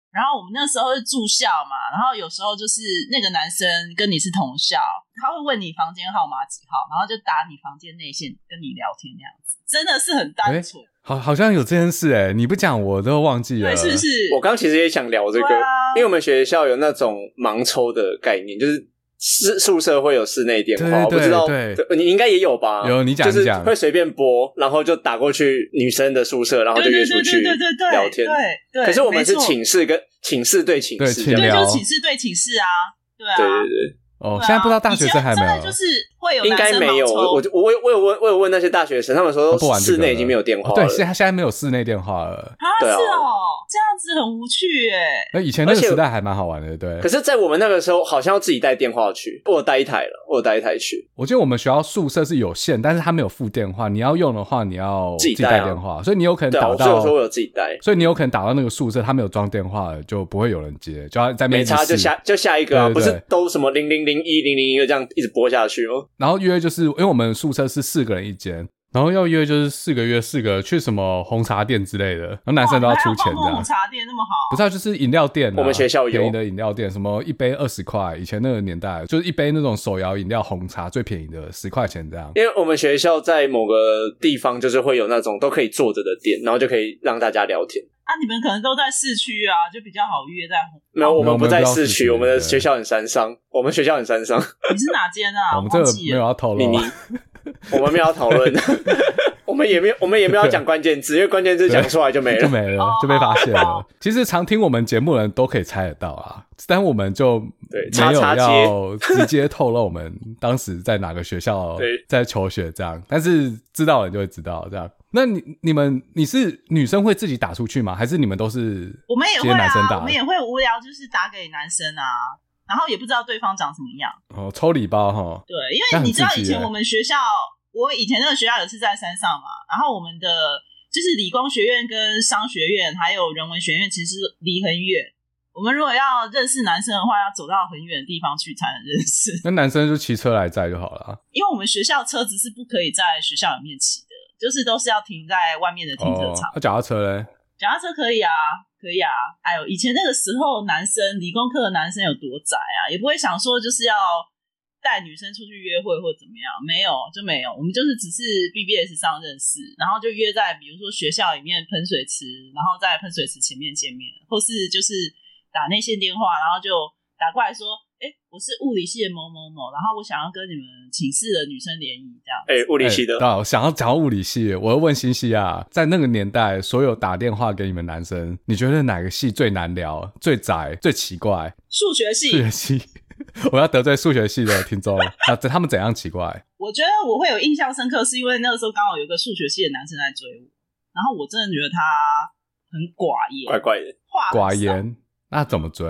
Speaker 2: 然后我们那时候是住校嘛，然后有时候就是那个男生跟你是同校，他会问你房间号码几号，然后就打你房间内线跟你聊天那样子，真的是很单纯，
Speaker 1: 好，好像有这件事哎、你不讲我都忘记了。
Speaker 2: 对，是不是？
Speaker 3: 我刚其实也想聊这个，
Speaker 2: 对啊
Speaker 3: 因为我们学校有那种盲抽的概念，就是。宿宿舍会有室内电话，
Speaker 1: 对对
Speaker 3: 我不知道，
Speaker 1: 对
Speaker 3: 你应该也有吧？
Speaker 1: 有你讲
Speaker 3: 就是
Speaker 1: 你讲
Speaker 3: 会随便拨，然后就打过去女生的宿舍，然后就
Speaker 2: 对
Speaker 3: 约
Speaker 2: 对
Speaker 3: 出
Speaker 2: 对
Speaker 3: 去
Speaker 2: 对对对对，
Speaker 3: 聊天。
Speaker 2: 对对。
Speaker 3: 可是我们是
Speaker 2: 没错
Speaker 3: 寝室跟寝室对寝
Speaker 1: 对
Speaker 3: 室这
Speaker 1: 寝
Speaker 3: 样，
Speaker 2: 对，
Speaker 1: 聊
Speaker 2: 就是寝室对寝室啊，对啊。
Speaker 3: 对对对，
Speaker 1: 哦，
Speaker 2: 对啊
Speaker 1: 现在不知道大学生还有没
Speaker 2: 以前
Speaker 1: 有
Speaker 2: 真的就是会有
Speaker 3: 应
Speaker 2: 男
Speaker 3: 该
Speaker 2: 生
Speaker 3: 没有。
Speaker 2: 盲抽
Speaker 3: 我我我我有问我有问那些大学生，他们
Speaker 1: 他
Speaker 3: 说
Speaker 1: 不玩这个
Speaker 3: 室内
Speaker 1: 了
Speaker 3: 已经没有电话
Speaker 1: 哦
Speaker 3: 了。
Speaker 1: 对，现在现在没有室内电话了。
Speaker 2: 啊，
Speaker 3: 对啊
Speaker 2: 是哦，这样子很无趣哎。
Speaker 1: 那以前那个
Speaker 3: 而且
Speaker 1: 时代还蛮好玩的，对
Speaker 3: 可。是，在我们那个时候，好像要自己带电话去。我有带一台了，我有带一台去。
Speaker 1: 我记得我们学校宿舍是有线，但是它没有附电话，你要用的话你要
Speaker 3: 自己带啊
Speaker 1: 带电话，所以你有可能
Speaker 3: 对啊，
Speaker 1: 打
Speaker 3: 所以
Speaker 1: 到
Speaker 3: 我说我有自己带，
Speaker 1: 所以你有可能打到那个宿舍，他没有装电话了，就不会有人接，就要在
Speaker 3: 没
Speaker 1: 面
Speaker 3: 差就下就下一个啊，
Speaker 1: 对对对
Speaker 3: 不是都什么零零零一零零一这样一直拨下去吗？哦
Speaker 1: 然后约就是因为我们宿舍是四个人一间，然后要约就是四个约四个去什么红茶店之类的，然 后男生都要出钱
Speaker 2: 哇
Speaker 1: 这
Speaker 2: 你还有泡沫
Speaker 1: 样
Speaker 2: 红。茶店那么好，
Speaker 1: 不是、啊，就是饮料店、啊，
Speaker 3: 我们学校有
Speaker 1: 便宜的饮料店，什么一杯二十块，以前那个年代就是一杯那种手摇饮料红茶最便宜的十块钱这样。
Speaker 3: 因为我们学校在某个地方就是会有那种都可以坐着的店，然后就可以让大家聊天。
Speaker 2: 啊，你们可能都在市区啊，就比较好约在。
Speaker 3: 没有，我们
Speaker 1: 哦我们
Speaker 3: 不
Speaker 1: 不
Speaker 3: 在
Speaker 1: 到市
Speaker 3: 市
Speaker 1: 区
Speaker 3: 区，我们的
Speaker 1: 对哦
Speaker 3: 学校很山上，我们学校很山上。
Speaker 2: 你是哪间 啊？
Speaker 1: 我们这
Speaker 2: 忘
Speaker 1: 个
Speaker 2: 记
Speaker 1: 没有
Speaker 2: 了。
Speaker 1: 要透
Speaker 3: 秘
Speaker 1: 露
Speaker 3: 密
Speaker 1: 啊，，
Speaker 3: 我们没有要讨论， 我们也没有，我们也没有要讲关 键字，因为关键字讲出来就没
Speaker 1: 就
Speaker 3: 了。
Speaker 1: 没
Speaker 2: 哦
Speaker 1: 了，就被发现了。其实常听我们节目的人都可以猜得到啊，但我们就
Speaker 3: 对
Speaker 1: 没有
Speaker 3: 叉叉街
Speaker 1: 要直接透露我们当时在哪个学校
Speaker 3: 对
Speaker 1: 在求学这样，但是知道的人就会知道这样。那你你们你是女生会自己打出去吗？还是你们都是
Speaker 2: 我们也
Speaker 1: 接
Speaker 2: 会
Speaker 1: 男生
Speaker 2: 啊，
Speaker 1: 打
Speaker 2: 我们也会无聊，就是打给男生啊，然后也不知道对方长什么样。
Speaker 1: 哦抽礼包哈？
Speaker 2: 对，因
Speaker 1: 但
Speaker 2: 为
Speaker 1: 很
Speaker 2: 你知道
Speaker 1: 刺激
Speaker 2: 以前
Speaker 1: 欸
Speaker 2: 我们学校，我以前那个学校也是在山上嘛，然后我们的就是理工学院跟商学院还有人文学院其实离很远。我们如果要认识男生的话，要走到很远的地方去才能认识，
Speaker 1: 那男生就骑车来载就好了啊。
Speaker 2: 因为我们学校车子是不可以在学校里面骑的，就是都是要停在外面的停车场。
Speaker 1: 哦那脚踏车嘞？
Speaker 2: 脚踏车可以啊，可以啊。哎呦，以前那个时候，男生理工科的男生有多宅啊，也不会想说就是要带女生出去约会或怎么样，没有就没有，我们就是只是 BBS 上认识，然后就约在比如说学校里面喷水池，然后在喷水池前面见面，或是就是打内线电话，然后就打过来说。哎、我是物理系的某某某，然后我想要跟你们寝室的女生联谊，这样
Speaker 3: 哎、物理系的
Speaker 1: 欸，到想要讲到物理系，我要问欣欣啊，在那个年代，所有打电话给你们男生，你觉得哪个系最难聊、最宅、最奇怪？
Speaker 2: 数学系
Speaker 1: 数学系， 我要得罪数学系的听众， 那他们怎样奇怪？
Speaker 2: 我觉得我会有印象深刻，是因为那个时候刚好有一个数学系的男生在追我，然后我真的觉得他很寡言，
Speaker 3: 怪怪的。
Speaker 2: 话很少
Speaker 1: 寡，言，那怎么追？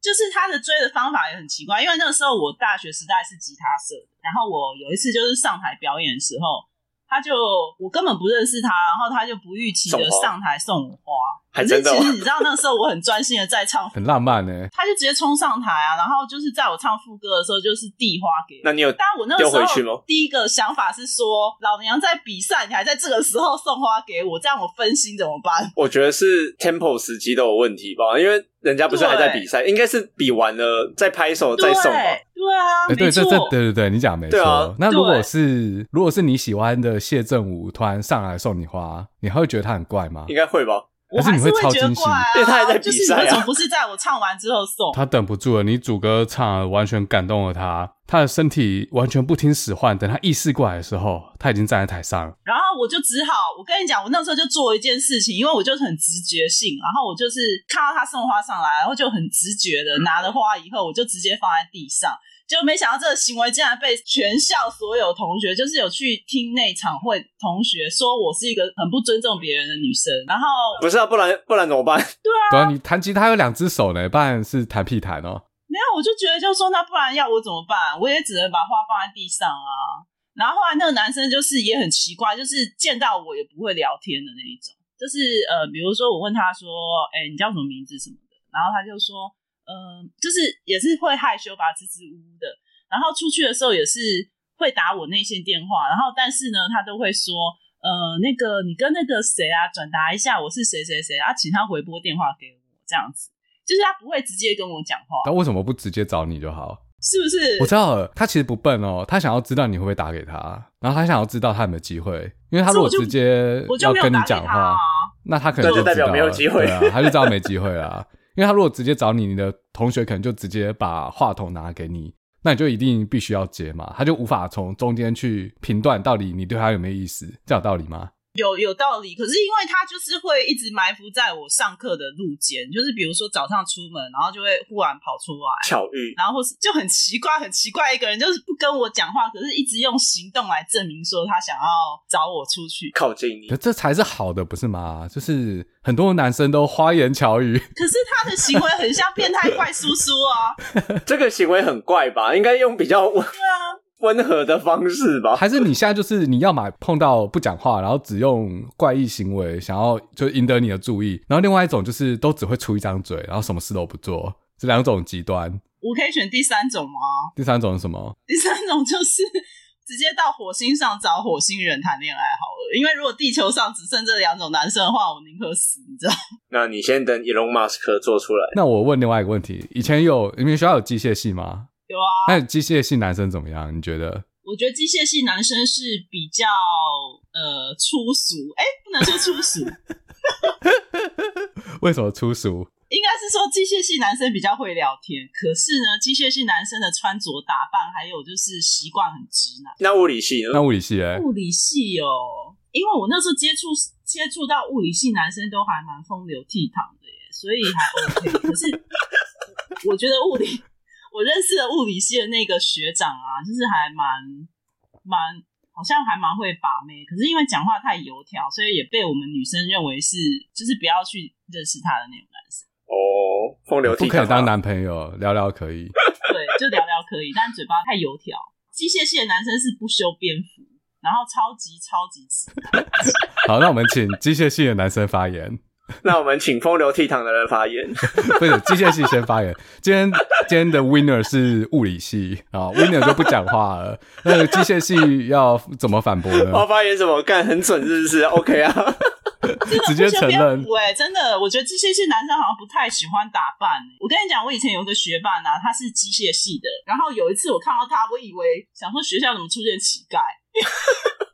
Speaker 2: 就是他的追的方法也很奇怪。因为那个时候我大学时代是吉他社的，然后我有一次就是上台表演的时候，他就我根本不认识他，然后他就不预期的
Speaker 3: 送花
Speaker 2: 上台送我花，
Speaker 3: 还
Speaker 2: 可是
Speaker 3: 真的
Speaker 2: 其
Speaker 3: 哦
Speaker 2: 实你知道那个时候我很专心的在唱。
Speaker 1: 很浪漫呢、
Speaker 2: 他就直接冲上台啊，然后就是在我唱副歌的时候，就是递花给我。
Speaker 3: 那你有
Speaker 2: 但我那个时
Speaker 3: 丢回去吗
Speaker 2: 候第一个想法是说，老娘在比赛，你还在这个时候送花给我，这样我分心怎么办？
Speaker 3: 我觉得是 tempo 时机都有问题吧，因为人家不是还在比赛，应该是比完了再拍手 再
Speaker 2: 对
Speaker 3: 送吧。
Speaker 2: 对啊，
Speaker 1: 哎、对，
Speaker 2: 没
Speaker 1: 这
Speaker 2: 错，
Speaker 1: 这对对对，你讲没错。
Speaker 3: 对啊
Speaker 1: 那如果
Speaker 2: 对
Speaker 1: 是如果是你喜欢的谢振武突然上来送你花，你还会觉得他很怪吗
Speaker 3: 应？该会吧？
Speaker 2: 我
Speaker 1: 还是
Speaker 2: 还
Speaker 1: 你
Speaker 2: 是
Speaker 1: 会超
Speaker 2: 觉得
Speaker 1: 惊喜
Speaker 2: 怪啊，
Speaker 3: 因为他还在比赛
Speaker 2: 就是
Speaker 3: 啊
Speaker 2: 你为什么不是在我唱完之后送？
Speaker 1: 他等不住了，你主歌唱了完全感动了他，他的身体完全不听使唤。等他意识过来的时候，他已经站在台上了。
Speaker 2: 然后我就只好，我跟你讲，我那时候就做一件事情，因为我就是很直觉性，然后我就是看到他送花上来，然后就很直觉的拿了花以后，我就直接放在地上。就没想到这个行为竟然被全校所有同学，就是有去听那场会同学说我是一个很不尊重别人的女生，然后
Speaker 3: 不是啊，不然不然怎么办？
Speaker 1: 对啊，你弹吉他有两只手呢，不然是弹屁弹哦。
Speaker 2: 没有，我就觉得就说那不然要我怎么办？我也只能把花放在地上啊。然后后来那个男生就是也很奇怪，就是见到我也不会聊天的那一种，就是呃，比如说我问他说，哎、你叫什么名字什么的，然后他就说，嗯、就是也是会害羞吧，支支吾吾的。然后出去的时候也是会打我内线电话，然后但是呢，他都会说，呃，那个你跟那个谁啊转达一下，我是谁谁谁啊，请他回拨电话给我这样子，就是他不会直接跟我讲话。
Speaker 1: 但为什么不直接找你就好？
Speaker 2: 是不是？
Speaker 1: 我知道了，他其实不笨哦，他想要知道你会不会打给他，然后他想要知道他有没有机会，因为他如果
Speaker 2: 可是我就
Speaker 1: 直接
Speaker 2: 我就
Speaker 1: 要
Speaker 2: 没有
Speaker 1: 跟你
Speaker 2: 打给
Speaker 1: 讲
Speaker 2: 他
Speaker 1: 话
Speaker 2: 啊，。
Speaker 1: 那他可能
Speaker 3: 那就代表
Speaker 1: 知道
Speaker 3: 没有机会
Speaker 1: 了对啊，他就知道没机会啦。 因为他如果直接找你，你的同学可能就直接把话筒拿给你，那你就一定必须要接嘛，他就无法从中间去评断到底你对他有没有意思，这样有道理吗？
Speaker 2: 有有道理，可是因为他就是会一直埋伏在我上课的路间，就是比如说早上出门，然后就会忽然跑出来，
Speaker 3: 巧遇，
Speaker 2: 然后或是就很奇怪，很奇怪，一个人就是不跟我讲话，可是一直用行动来证明说他想要找我出去。
Speaker 3: 靠近你
Speaker 1: 可，这才是好的，不是吗？就是很多男生都花言巧语，
Speaker 2: 可是他的行为很像变态怪叔叔啊！
Speaker 3: 这个行为很怪吧？应该用比较温
Speaker 2: 对啊，
Speaker 3: 温和的方式吧。
Speaker 1: 还是你现在就是你要么碰到不讲话，然后只用怪异行为想要就赢得你的注意，然后另外一种就是都只会出一张嘴，然后什么事都不做，这两种极端。
Speaker 2: 我可以选第三种吗？
Speaker 1: 第三种是什么？
Speaker 2: 第三种就是直接到火星上找火星人谈恋爱好了，因为如果地球上只剩这两种男生的话，我宁可死，你知道吗？
Speaker 3: 那你先等 Elon Musk 做出来。
Speaker 1: 那我问另外一个问题，以前有你们学校有机械系吗？
Speaker 2: 有啊，
Speaker 1: 那机械系男生怎么样？你觉得？
Speaker 2: 我觉得机械系男生是比较呃粗俗，哎、不能说粗俗，
Speaker 1: 为什么粗俗？
Speaker 2: 应该是说机械系男生比较会聊天。可是呢，机械系男生的穿着打扮还有就是习惯很直男。
Speaker 3: 那物理系呢？
Speaker 1: 那物理系哎、
Speaker 2: 物理系哦，因为我那时候接触接触到物理系男生都还蛮风流倜傥的耶，所以还 OK。可是我觉得物理，我认识的物理系的那个学长啊，就是还蛮蛮好像还蛮会把妹，可是因为讲话太油条，所以也被我们女生认为是就是不要去认识他的那种男生。
Speaker 3: 哦，风流倜傥
Speaker 1: 不
Speaker 3: 啊
Speaker 1: 可以当男朋友，聊聊可以。
Speaker 2: 对，就聊聊可以，但嘴巴太油条。机械系的男生是不修边幅，然后超级超级直男。
Speaker 1: 好，那我们请机械系的男生发言，
Speaker 3: 那我们请风流倜傥的人发 言。
Speaker 1: 不是机械系先发言。今天今天的 winner 是物理系啊，winner 就不讲话了。那个机械系要怎么反驳呢？
Speaker 3: 我哦发言什么？干很准是不是？OK 啊，
Speaker 1: 直接承认
Speaker 2: 哎、真的，我觉得机械系男生好像不太喜欢打扮、欸我跟你讲，我以前有一个学伴啊，他是机械系的，然后有一次我看到他，我以为想说学校怎么出现乞丐，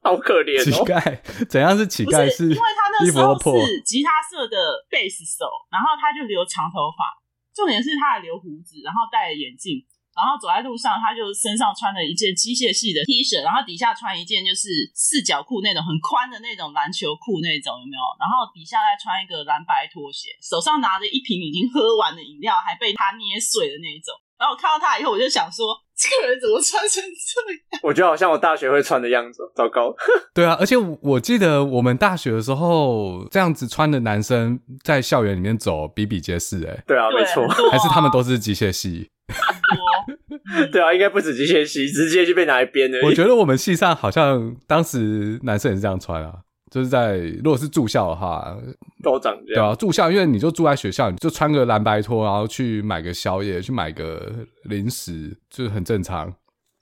Speaker 3: 好可怜
Speaker 1: 乞
Speaker 3: 哦。
Speaker 1: 丐怎样是乞
Speaker 2: 不
Speaker 1: 丐？
Speaker 2: 因为他那
Speaker 1: 衣
Speaker 2: 时
Speaker 1: 服都
Speaker 2: 候
Speaker 1: 破。
Speaker 2: 是吉他社的贝斯手，然后他就留长头发，重点是他还留胡子，然后戴了眼镜，然后走在路上，他就身上穿了一件机械系的 T 恤，然后底下穿一件就是四角裤那种很宽的那种篮球裤那种，有没有？然后底下再穿一个蓝白拖鞋，手上拿着一瓶已经喝完的饮料，还被他捏碎的那一种。然后我看到他以后，我就想说，这个人怎么穿成这样？
Speaker 3: 我觉得好像我大学会穿的样子哦，糟糕。
Speaker 1: 对啊，而且我我记得我们大学的时候，这样子穿的男生在校园里面走比比皆是、欸，
Speaker 3: 对啊，没错
Speaker 2: 对，很，多啊
Speaker 1: 还是他们都是机械系？
Speaker 2: 多
Speaker 3: 对啊，应该不止机械系，直接就被拿来编了。
Speaker 1: 我觉得我们系上好像当时男生也是这样穿啊，就是在如果是住校的话，
Speaker 3: 都长这
Speaker 1: 对
Speaker 3: 样。
Speaker 1: 啊，住校，因为你就住在学校，你就穿个蓝白拖，然后去买个宵夜，去买个零食，就是很正常。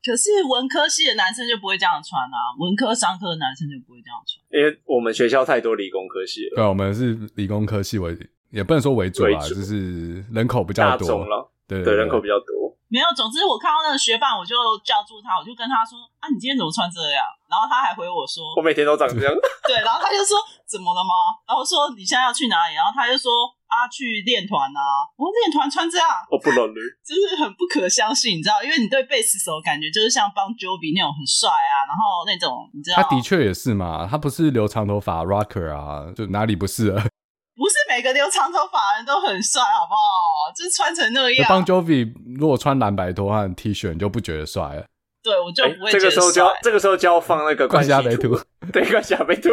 Speaker 2: 可是文科系的男生就不会这样穿啊，文科、商科的男生就不会这样穿。
Speaker 3: 因为我们学校太多理工科系了，
Speaker 1: 对啊、我们是理工科系为，也不能说为主啊，
Speaker 3: 为主
Speaker 1: 就是人口比较
Speaker 3: 大
Speaker 1: 多
Speaker 3: 众，了，
Speaker 1: 对对
Speaker 3: 对人口比较多。
Speaker 2: 没有，总之我看到那个学霸，我就叫住他，我就跟他说：“啊，你今天怎么穿这样？”然后他还回我说
Speaker 3: 我每天都长 这样，：“
Speaker 2: 对。”然后他就说：“怎么了吗？”然后我说：“你现在要去哪里？”然后他就说：“啊，去练团啊。”我说：“练团穿这样，
Speaker 3: 哦我不能了。
Speaker 2: 就是很不可相信，你知道？因为你对贝斯手感觉就是像帮 Jovi 那种很帅啊，然后那种你知道，
Speaker 1: 他的确也是嘛，他不是留长头发 rocker 啊，就哪里不是 啊？
Speaker 2: 不是每个留长头发的人都很帅，好不好？就是穿成那
Speaker 1: 就
Speaker 3: 啊
Speaker 2: 样，
Speaker 1: 帮 Jovi 如果穿蓝白拖和 T 恤，你就不觉得帅了。
Speaker 2: 对我就
Speaker 3: 哎
Speaker 2: 不会
Speaker 3: 这
Speaker 2: 觉
Speaker 3: 个
Speaker 2: 得
Speaker 3: 时候就
Speaker 2: 帅
Speaker 3: 要，。这个时候就要放那个
Speaker 1: 冠
Speaker 3: 系
Speaker 1: 下北
Speaker 3: 图
Speaker 1: 图，，
Speaker 3: 对，冠下北图。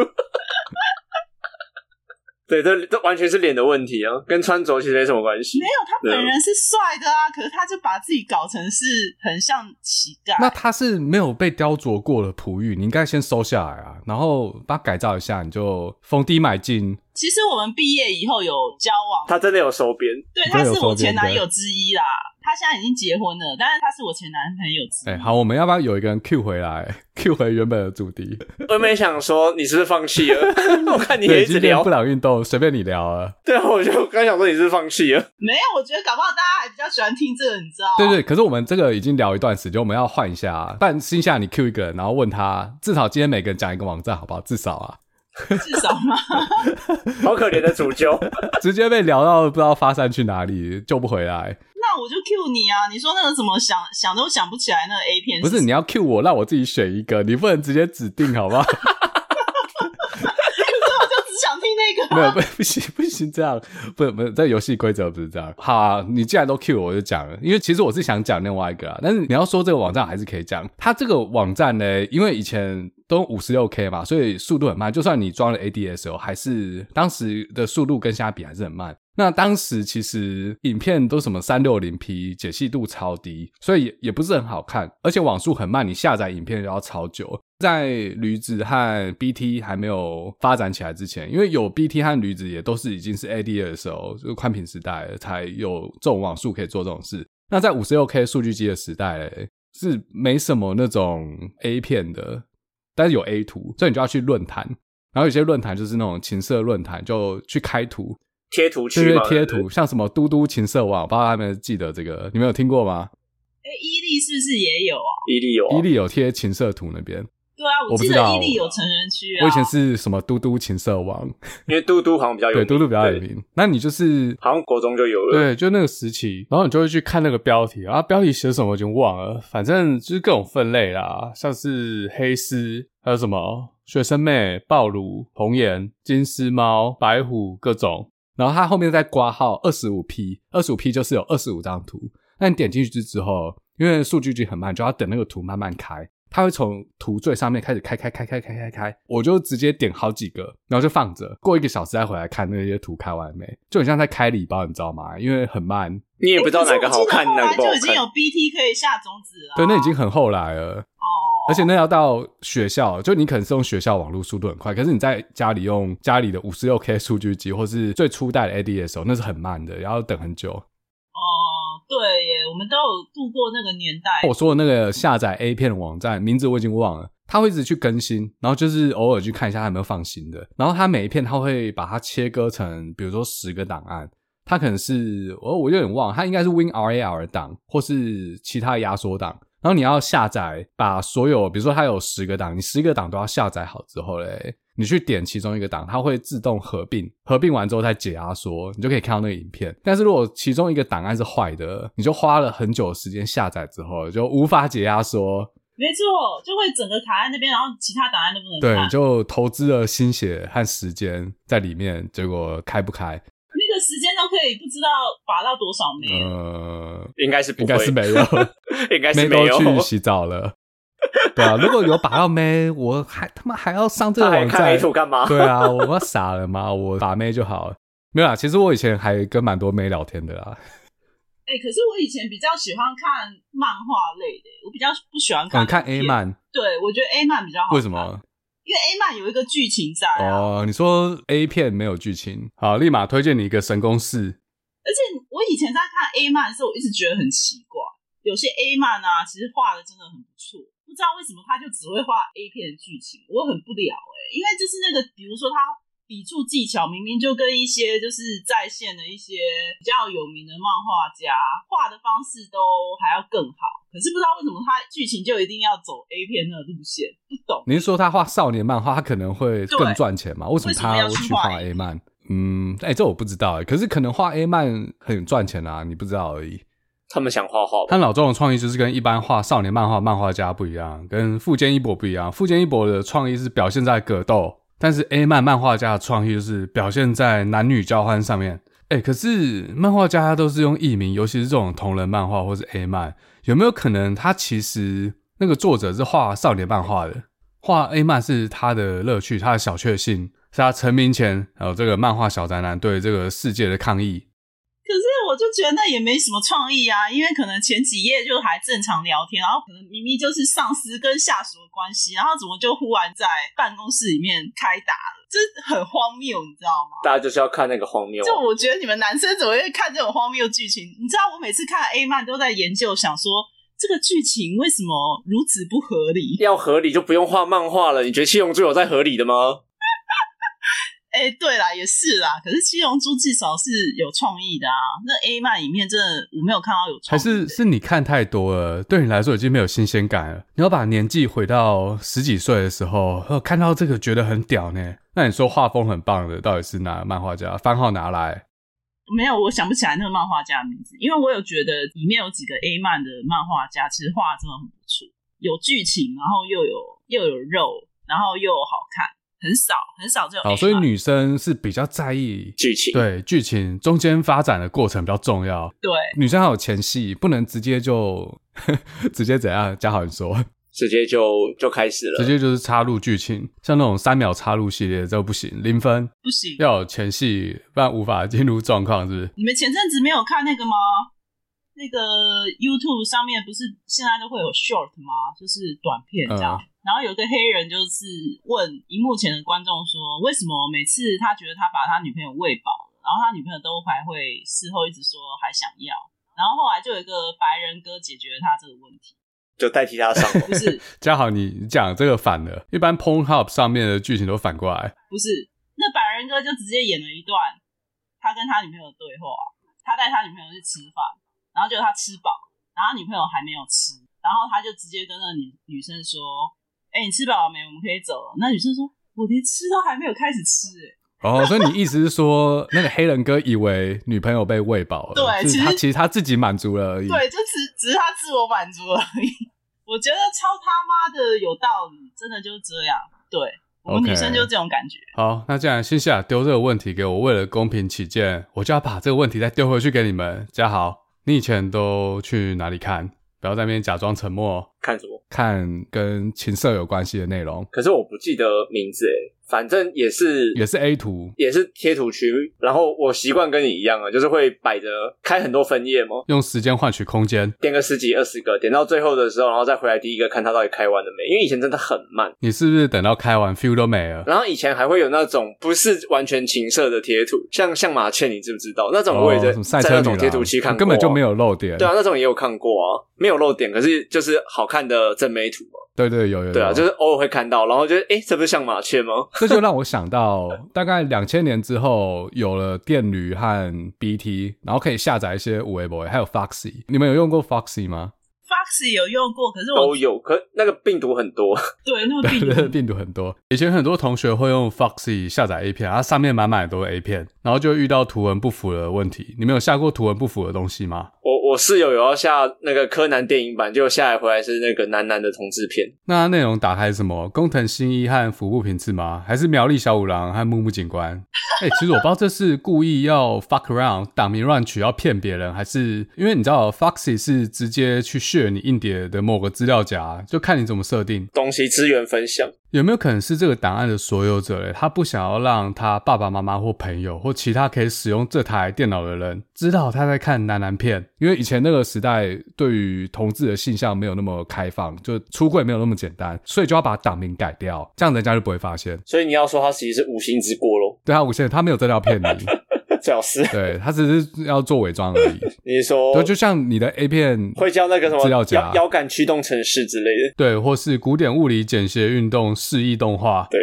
Speaker 3: 对，这这完全是脸的问题啊，跟穿着其实没什么关系
Speaker 2: 没。有，他本人是帅的啊，可是他就把自己搞成是很像乞丐。
Speaker 1: 那他是没有被雕琢过的璞玉，你应该先收下来啊，然后把它改造一下，你就逢低买进。
Speaker 2: 其实我们毕业以后有交往，
Speaker 3: 他真的有收编，
Speaker 2: 对，
Speaker 1: 你
Speaker 2: 他
Speaker 1: 真的有
Speaker 2: 是我
Speaker 1: 收编
Speaker 2: 前男
Speaker 1: 对
Speaker 2: 友之一啦。他现在已经结婚了，但是他是我前男朋友之一。
Speaker 1: 哎、
Speaker 3: 嗯
Speaker 1: 好，我们要不要有一个人 Q 回来 ，Q 回原本的主题？
Speaker 3: 我没想说你是不是放弃 了，我看你
Speaker 1: 对，
Speaker 3: 也
Speaker 1: 已
Speaker 3: 一直
Speaker 1: 经练
Speaker 3: 聊
Speaker 1: 不。了运动，随便你聊了。
Speaker 3: 对啊，我就刚想说你是不是放弃了，
Speaker 2: 没有，我觉得搞不好大家还比较喜欢听这个，你知道？
Speaker 1: 对对，可是我们这个已经聊一段时间，我们要换一下、啊，但新下你 Q 一个人，然后问他，至少今天每个人讲一个网站，好不好？至少啊，
Speaker 2: 至少嘛，
Speaker 3: 好可怜的 主教。
Speaker 1: 直接被聊到不知道发散去哪里，救不回来。
Speaker 2: 那我就 Q 你啊！你说那个什么想想都想不起来那个 A 片
Speaker 1: 不是
Speaker 2: 什么
Speaker 1: 你要 Q 我，让我自己选一个，你不能直接指定好不好？
Speaker 2: 我就只想听 那 个。
Speaker 1: 没有不不行不行这样，不不这游戏规则不是这样。好、啊，你既然都 Q 我，我就讲了，因为其实我是想讲另外一个啊，但是你要说这个网站还是可以讲。它这个网站呢，因为以前都五十六 K 嘛，所以速度很慢，就算你装了 ADSL，还是当时的速度跟现在比还是很慢。那当时其实影片都什么三六零 P 解析度超低，所以也也不是很好看，而且网速很慢，你下载影片也要超久。在驴子和 BT 还没有发展起来之前，因为有 BT 和驴子也都是已经是 ADSL 就是宽频时代了才有这种网速可以做这种事。那在五十六 K 数据机的时代嘞，是没什么那种 A 片的，但是有 A 图，所以你就要去论坛，然后有些论坛就是那种情色论坛，就去开图，
Speaker 3: 贴图
Speaker 1: 就
Speaker 3: 区
Speaker 1: 是
Speaker 3: 嘛，
Speaker 1: 贴图，像什么嘟嘟情色网，我不知道他们记得这个，你们有听过吗？
Speaker 2: 哎，伊利是不是也有啊？
Speaker 3: 伊利有啊
Speaker 1: 伊利有贴情色图那边，
Speaker 2: 对啊，
Speaker 1: 我不
Speaker 2: 记
Speaker 1: 知
Speaker 2: 得
Speaker 1: 道
Speaker 2: 伊利有成人区啊。
Speaker 1: 我以前是什么嘟嘟情色网，
Speaker 3: 因为嘟嘟好像比较有
Speaker 1: 对，
Speaker 3: 名，
Speaker 1: 嘟嘟比较有
Speaker 3: 对，
Speaker 1: 名。那你就是
Speaker 3: 好像国中就有了。
Speaker 1: 对，就那个时期，然后你就会去看那个标题啊，标题写什么我已经忘了，反正就是各种分类啦，像是黑丝，还有什么学生妹、暴乳、红颜、金丝猫、白虎各种，然后它后面再挂号二十五 P，二十五 P 就是有二十五张图，那你点进去之后，因为数据集很慢，就要等那个图慢慢开。它会从图最上面开始开开开开开开开，我就直接点好几个，然后就放着，过一个小时再回来看那些图开完没，就很像在开礼包，你知道吗？因为很慢，
Speaker 3: 你也不知道
Speaker 2: 哎可是
Speaker 3: 哪个好看，
Speaker 2: 我记得
Speaker 3: 哪
Speaker 2: 后来
Speaker 3: 个不好
Speaker 2: 就已经有
Speaker 3: 看。
Speaker 2: BT 可以下种子了。
Speaker 1: 对，那已经很后来了，
Speaker 2: 哦，
Speaker 1: 而且那要到学校，就你可能是用学校网络速度很快，可是你在家里用家里的五十六 K 数据集，或是最初代的 ADSL，那是很慢的，然后等很久。
Speaker 2: 哦，对耶，我们都有度过那个年代。
Speaker 1: 哦我说的那个下载 A 片的网站名字我已经忘了，它会一直去更新，然后就是偶尔去看一下它有没有放新的。然后它每一片它会把它切割成，比如说十个档案，它可能是我、哦、我有点忘了，它应该是 WinRAR 档或是其他压缩档。然后你要下载，把所有比如说它有十个档，你十个档都要下载好之后嘞，你去点其中一个档，它会自动合并，合并完之后再解压缩，你就可以看到那个影片。但是如果其中一个档案是坏的，你就花了很久的时间下载之后就无法解压缩，
Speaker 2: 没错，就会整个卡在那边，然后其他档案都不能
Speaker 1: 对，
Speaker 2: 看。
Speaker 1: 你就投资了心血和时间在里面，结果开不开？
Speaker 2: 那个时间都可以不知道拔到多少枚了。
Speaker 1: 呃，
Speaker 3: 应该是不
Speaker 1: 应该
Speaker 3: 会
Speaker 1: 是，没有，
Speaker 3: 应该是
Speaker 1: 没
Speaker 3: 没
Speaker 1: 都
Speaker 3: 有。
Speaker 1: 去洗澡了。对啊，如果有把到妹，我还他妈还要上这个
Speaker 3: 他还
Speaker 1: 网
Speaker 3: 看 A
Speaker 1: 站，
Speaker 3: 图干嘛？
Speaker 1: 对啊，我我傻了吗？我把妹就好了。没有啊啦，其实我以前还跟蛮多妹聊天的啦，
Speaker 2: 哎、可是我以前比较喜欢看漫画类的，我比较不喜欢
Speaker 1: 敢
Speaker 2: 看、
Speaker 1: 哦嗯 看 A
Speaker 2: 片。
Speaker 1: 漫，
Speaker 2: 对，我觉得 A 漫比较好。
Speaker 1: 为什？么？
Speaker 2: 因为 A 漫有一个剧情在啊，
Speaker 1: 哦，你说 A 片没有剧情，好，立马推荐你一个神功式。
Speaker 2: 而且我以前在看 A 漫的时候，我一直觉得很奇怪，有些 A 漫啊，其实画的真的很不错，不知道为什么他就只会画 A 片的剧情，我很不了哎、因为就是那个，比如说他笔触技巧明明就跟一些就是在线的一些比较有名的漫画家画的方式都还要更好，可是不知道为什么他剧情就一定要走 A 片那个路线，不懂。
Speaker 1: 您说他画少年漫画，他可能会更
Speaker 2: 对
Speaker 1: 赚钱嘛？为什么他
Speaker 2: 为什么要
Speaker 1: 去
Speaker 2: 去画
Speaker 1: 画 A 漫？嗯，哎、这我不知道哎、可是可能画 A 漫很赚钱啊，你不知道而已。
Speaker 3: 他们想画画吧
Speaker 1: 他？老周的创意就是跟一般画少年漫画漫画家不一样，跟富坚义博不一样。富坚义博的创意是表现在格斗，但是 A 漫漫画家的创意就是表现在男女交欢上面。哎、可是漫画家都是用艺名，尤其是这种同人漫画或是 A 漫，有没有可能他其实那个作者是画少年漫画的？画 A 漫是他的乐趣，他的小确幸，是他成名前还有这个漫画小宅男对这个世界的抗议。
Speaker 2: 可是我就觉得那也没什么创意啊，因为可能前几页就还正常聊天，然后可能明明就是上司跟下属的关系，然后怎么就忽然在办公室里面开打了，这很荒谬，你知道吗？
Speaker 3: 大家就是要看那个荒谬啊。
Speaker 2: 就我觉得你们男生怎么会看这种荒谬剧情？你知道我每次看 A 漫都在研究，想说这个剧情为什么如此不合理？
Speaker 3: 要合理就不用画漫画了。你觉得《七龙珠》有在合理的吗？
Speaker 2: 哎，对啦，也是啦。可是七龙珠至少是有创意的啊，那 A 漫里面真的我没有看到有创
Speaker 1: 还
Speaker 2: 意
Speaker 1: 是
Speaker 2: 的，
Speaker 1: 是你看太多了，对你来说已经没有新鲜感了。你要把年纪回到十几岁的时候，呃看到这个觉得很屌呢。那你说画风很棒的，到底是哪个漫画家？番号拿来，
Speaker 2: 没有，我想不起来那个漫画家的名字，因为我有觉得里面有几个 A 漫的漫画家，其实画得真的很不错，有剧情，然后又有又有肉，然后又好看，很少很少这种 A 漫。
Speaker 1: 哦好，所以女生是比较在意
Speaker 3: 剧情，
Speaker 1: 对剧情中间发展的过程比较重要。
Speaker 2: 对
Speaker 1: 女生还有前戏，不能直接就 直接怎样？嘉豪你说，
Speaker 3: 直接就就开始
Speaker 1: 直
Speaker 3: 了。
Speaker 1: 接就是插入剧情，像那种三秒插入系列这不行，零分，
Speaker 2: 不行，
Speaker 1: 要有前戏，不然无法进入状况，是不是？
Speaker 2: 你们前阵子没有看那个吗？那个 YouTube 上面不是现在都会有 short 吗？就是短片这样。
Speaker 1: 嗯
Speaker 2: 然后有一个黑人就是问荧幕前的观众说，为什么每次他觉得他把他女朋友喂饱了，然后他女朋友都还会事后一直说还想要。然后后来就有一个白人哥解决了他这个问题。
Speaker 4: 就代替他上 网。
Speaker 2: 不是
Speaker 1: 嘉豪，你讲这个反了，一般 Pornhub 上面的剧情都反过来，
Speaker 2: 不是，那百人哥就直接演了一段他跟他女朋友的对话，他带他女朋友去吃饭，然后就他吃饱，然后女朋友还没有吃，然后他就直接跟那女女生说：“哎、你吃饱了没？我们可以走了。”那女生说：“我连吃都还没有开始吃、欸。”
Speaker 1: 哦，所以你意思是说，那个黑人哥以为女朋友被喂饱了，
Speaker 2: 对
Speaker 1: 就是他
Speaker 2: 其实
Speaker 1: 其实他自己满足了而已。
Speaker 2: 对，就只只是他自我满足而已。 我觉得超他妈的有道理，真的就是这样。对我们
Speaker 1: OK
Speaker 2: 女生就是这种感觉。
Speaker 1: 好，那既然新西亚丢这个问题给我，为了公平起见，我就要把这个问题再丢回去给你们。嘉豪，你以前都去哪里看？不要在那边假装沉默，
Speaker 4: 看什么？
Speaker 1: 看跟情色有关系的内容，
Speaker 3: 可是我不记得名字诶，反正也是
Speaker 1: 也是 A 图，
Speaker 3: 也是贴图区，然后我习惯跟你一样啊，就是会摆着开很多分页嘛，
Speaker 1: 用时间换取空间。
Speaker 3: 点个十几二十个，点到最后的时候，然后再回来第一个看它到底开完了没，因为以前真的很慢。
Speaker 1: 你是不是等到开完 feel 都没了？
Speaker 3: 然后以前还会有那种不是完全情色的贴图，像像马倩，你知不知道那种？我也在、
Speaker 1: 哦什么赛
Speaker 3: 在
Speaker 1: 车
Speaker 3: 那
Speaker 1: 女
Speaker 3: 种
Speaker 1: 郎哦
Speaker 3: 贴图区看过、
Speaker 1: 根本就没。有漏点。
Speaker 3: 对啊，那种也有看过啊，没有漏点，可是就是好看的正美图嘛。
Speaker 1: 对对有有有
Speaker 3: 对啊，就是偶尔会看到，然后就诶，这不是像马雀吗？
Speaker 1: 这就让我想到，大概两千年之后有了电驴和 BT，然后可以下载一些五 A boy，还有 Foxy。你们有用过 Foxy 吗？
Speaker 2: Foxy 有用过，可是
Speaker 3: 都
Speaker 2: 我
Speaker 3: 有，可那个病毒很多，
Speaker 2: 对 那个 病
Speaker 1: 对，
Speaker 2: 毒
Speaker 1: 病毒很多。以前很多同学会用 Foxy 下载 A 片，它啊上面满满都是 A 片，然后就遇到图文不符的问题。你们有下过图文不符的东西吗？
Speaker 3: 我我室友有要下那个柯南电影版，就下来回来是那个男男的同志片，
Speaker 1: 那它内容打开是什么？工藤新一和服部平次吗？还是苗栗小五郎和木木警官？ 哎、其实我不知道这是故意要 fuck around 打迷乱取要骗别人，还是因为你知道 Foxy 是直接去炫你硬碟的某个资料夹，就看你怎么设定。
Speaker 3: 东西资源分享。
Speaker 1: 有没有可能是这个档案的所有者嘞，他不想要让他爸爸妈妈或朋友或其他可以使用这台电脑的人知道他在看男男片？因为以前那个时代对于同志的性向没有那么开放，就出柜没有那么简单，所以就要把档名改掉，这样人家就不会发现。
Speaker 3: 所以你要说他其实是无心之过咯，
Speaker 1: 对他无限，他没有真的要骗 你，
Speaker 3: 最好是
Speaker 1: 对他只是要做伪装而已。
Speaker 3: 你是说
Speaker 1: 对，就像你的 A 片
Speaker 3: 会叫那个什
Speaker 1: 资
Speaker 3: 么
Speaker 1: 料
Speaker 3: 腰
Speaker 1: 夹
Speaker 3: 腰杆驱动程式之类的，
Speaker 1: 对，或是古典物理简谐运动示意动画，
Speaker 3: 对，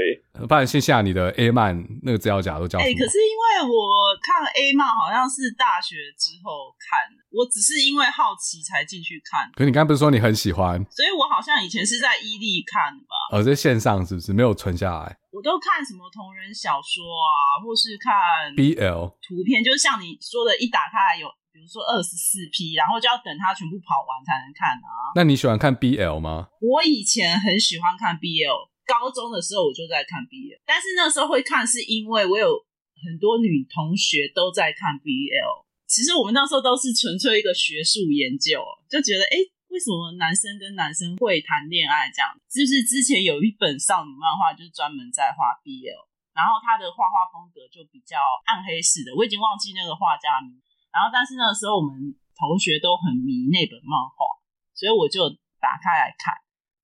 Speaker 1: 不然线下你的 A 漫那个资料夹都叫
Speaker 2: 哎、
Speaker 1: 什么
Speaker 2: 可？是因为我看 A 漫好像是大学之后看的，我只是因为好奇才进去看，
Speaker 1: 可是你刚刚不是说你很喜欢？
Speaker 2: 所以我好像以前是在伊利看的吧。
Speaker 1: 哦，在线上是不是没有存下来
Speaker 2: 我都看什么同人小说啊，或是看
Speaker 1: ？BL
Speaker 2: 图片，就是像你说的，一打开来有，比如说二十四 P，然后就要等它全部跑完才能看啊。
Speaker 1: 那你喜欢看 BL 吗？
Speaker 2: 我以前很喜欢看 BL，高中的时候我就在看 BL，但是那时候会看是因为我有很多女同学都在看 BL。其实我们那时候都是纯粹一个学术研究，就觉得哎、诶为什么男生跟男生会谈恋爱这样？就是之前有一本少女漫画，就是专门在画 BL，然后他的画画风格就比较暗黑式的，我已经忘记那个画家名。然后但是那个时候我们同学都很迷那本漫画，所以我就打开来看。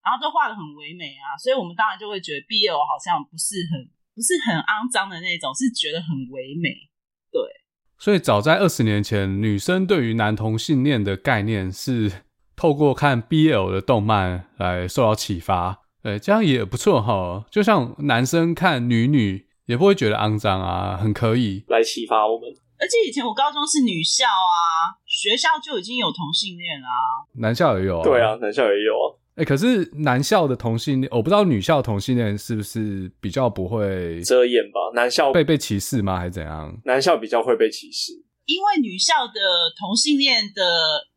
Speaker 2: 然后都画的很唯美啊，所以我们当然就会觉得 BL 好像不是很不是很肮脏的那种，是觉得很唯美。
Speaker 1: 所以早在二十年前，女生对于男同性恋的概念是透过看 BL 的动漫来受到启发。对，这样也不错哈。就像男生看女女也不会觉得肮脏啊，很可以。
Speaker 3: 来启发我们。
Speaker 2: 而且以前我高中是女校啊，学校就已经有同性恋啦、
Speaker 1: 男校也有、
Speaker 3: 对啊，，男校也有啊，
Speaker 1: 哎、可是男校的同性恋，我不知道女校同性恋是不是比较不会
Speaker 3: 遮掩吧，男校
Speaker 1: 被被歧视吗，还是怎样？
Speaker 3: 男校比较会被歧视，
Speaker 2: 因为女校的同性恋的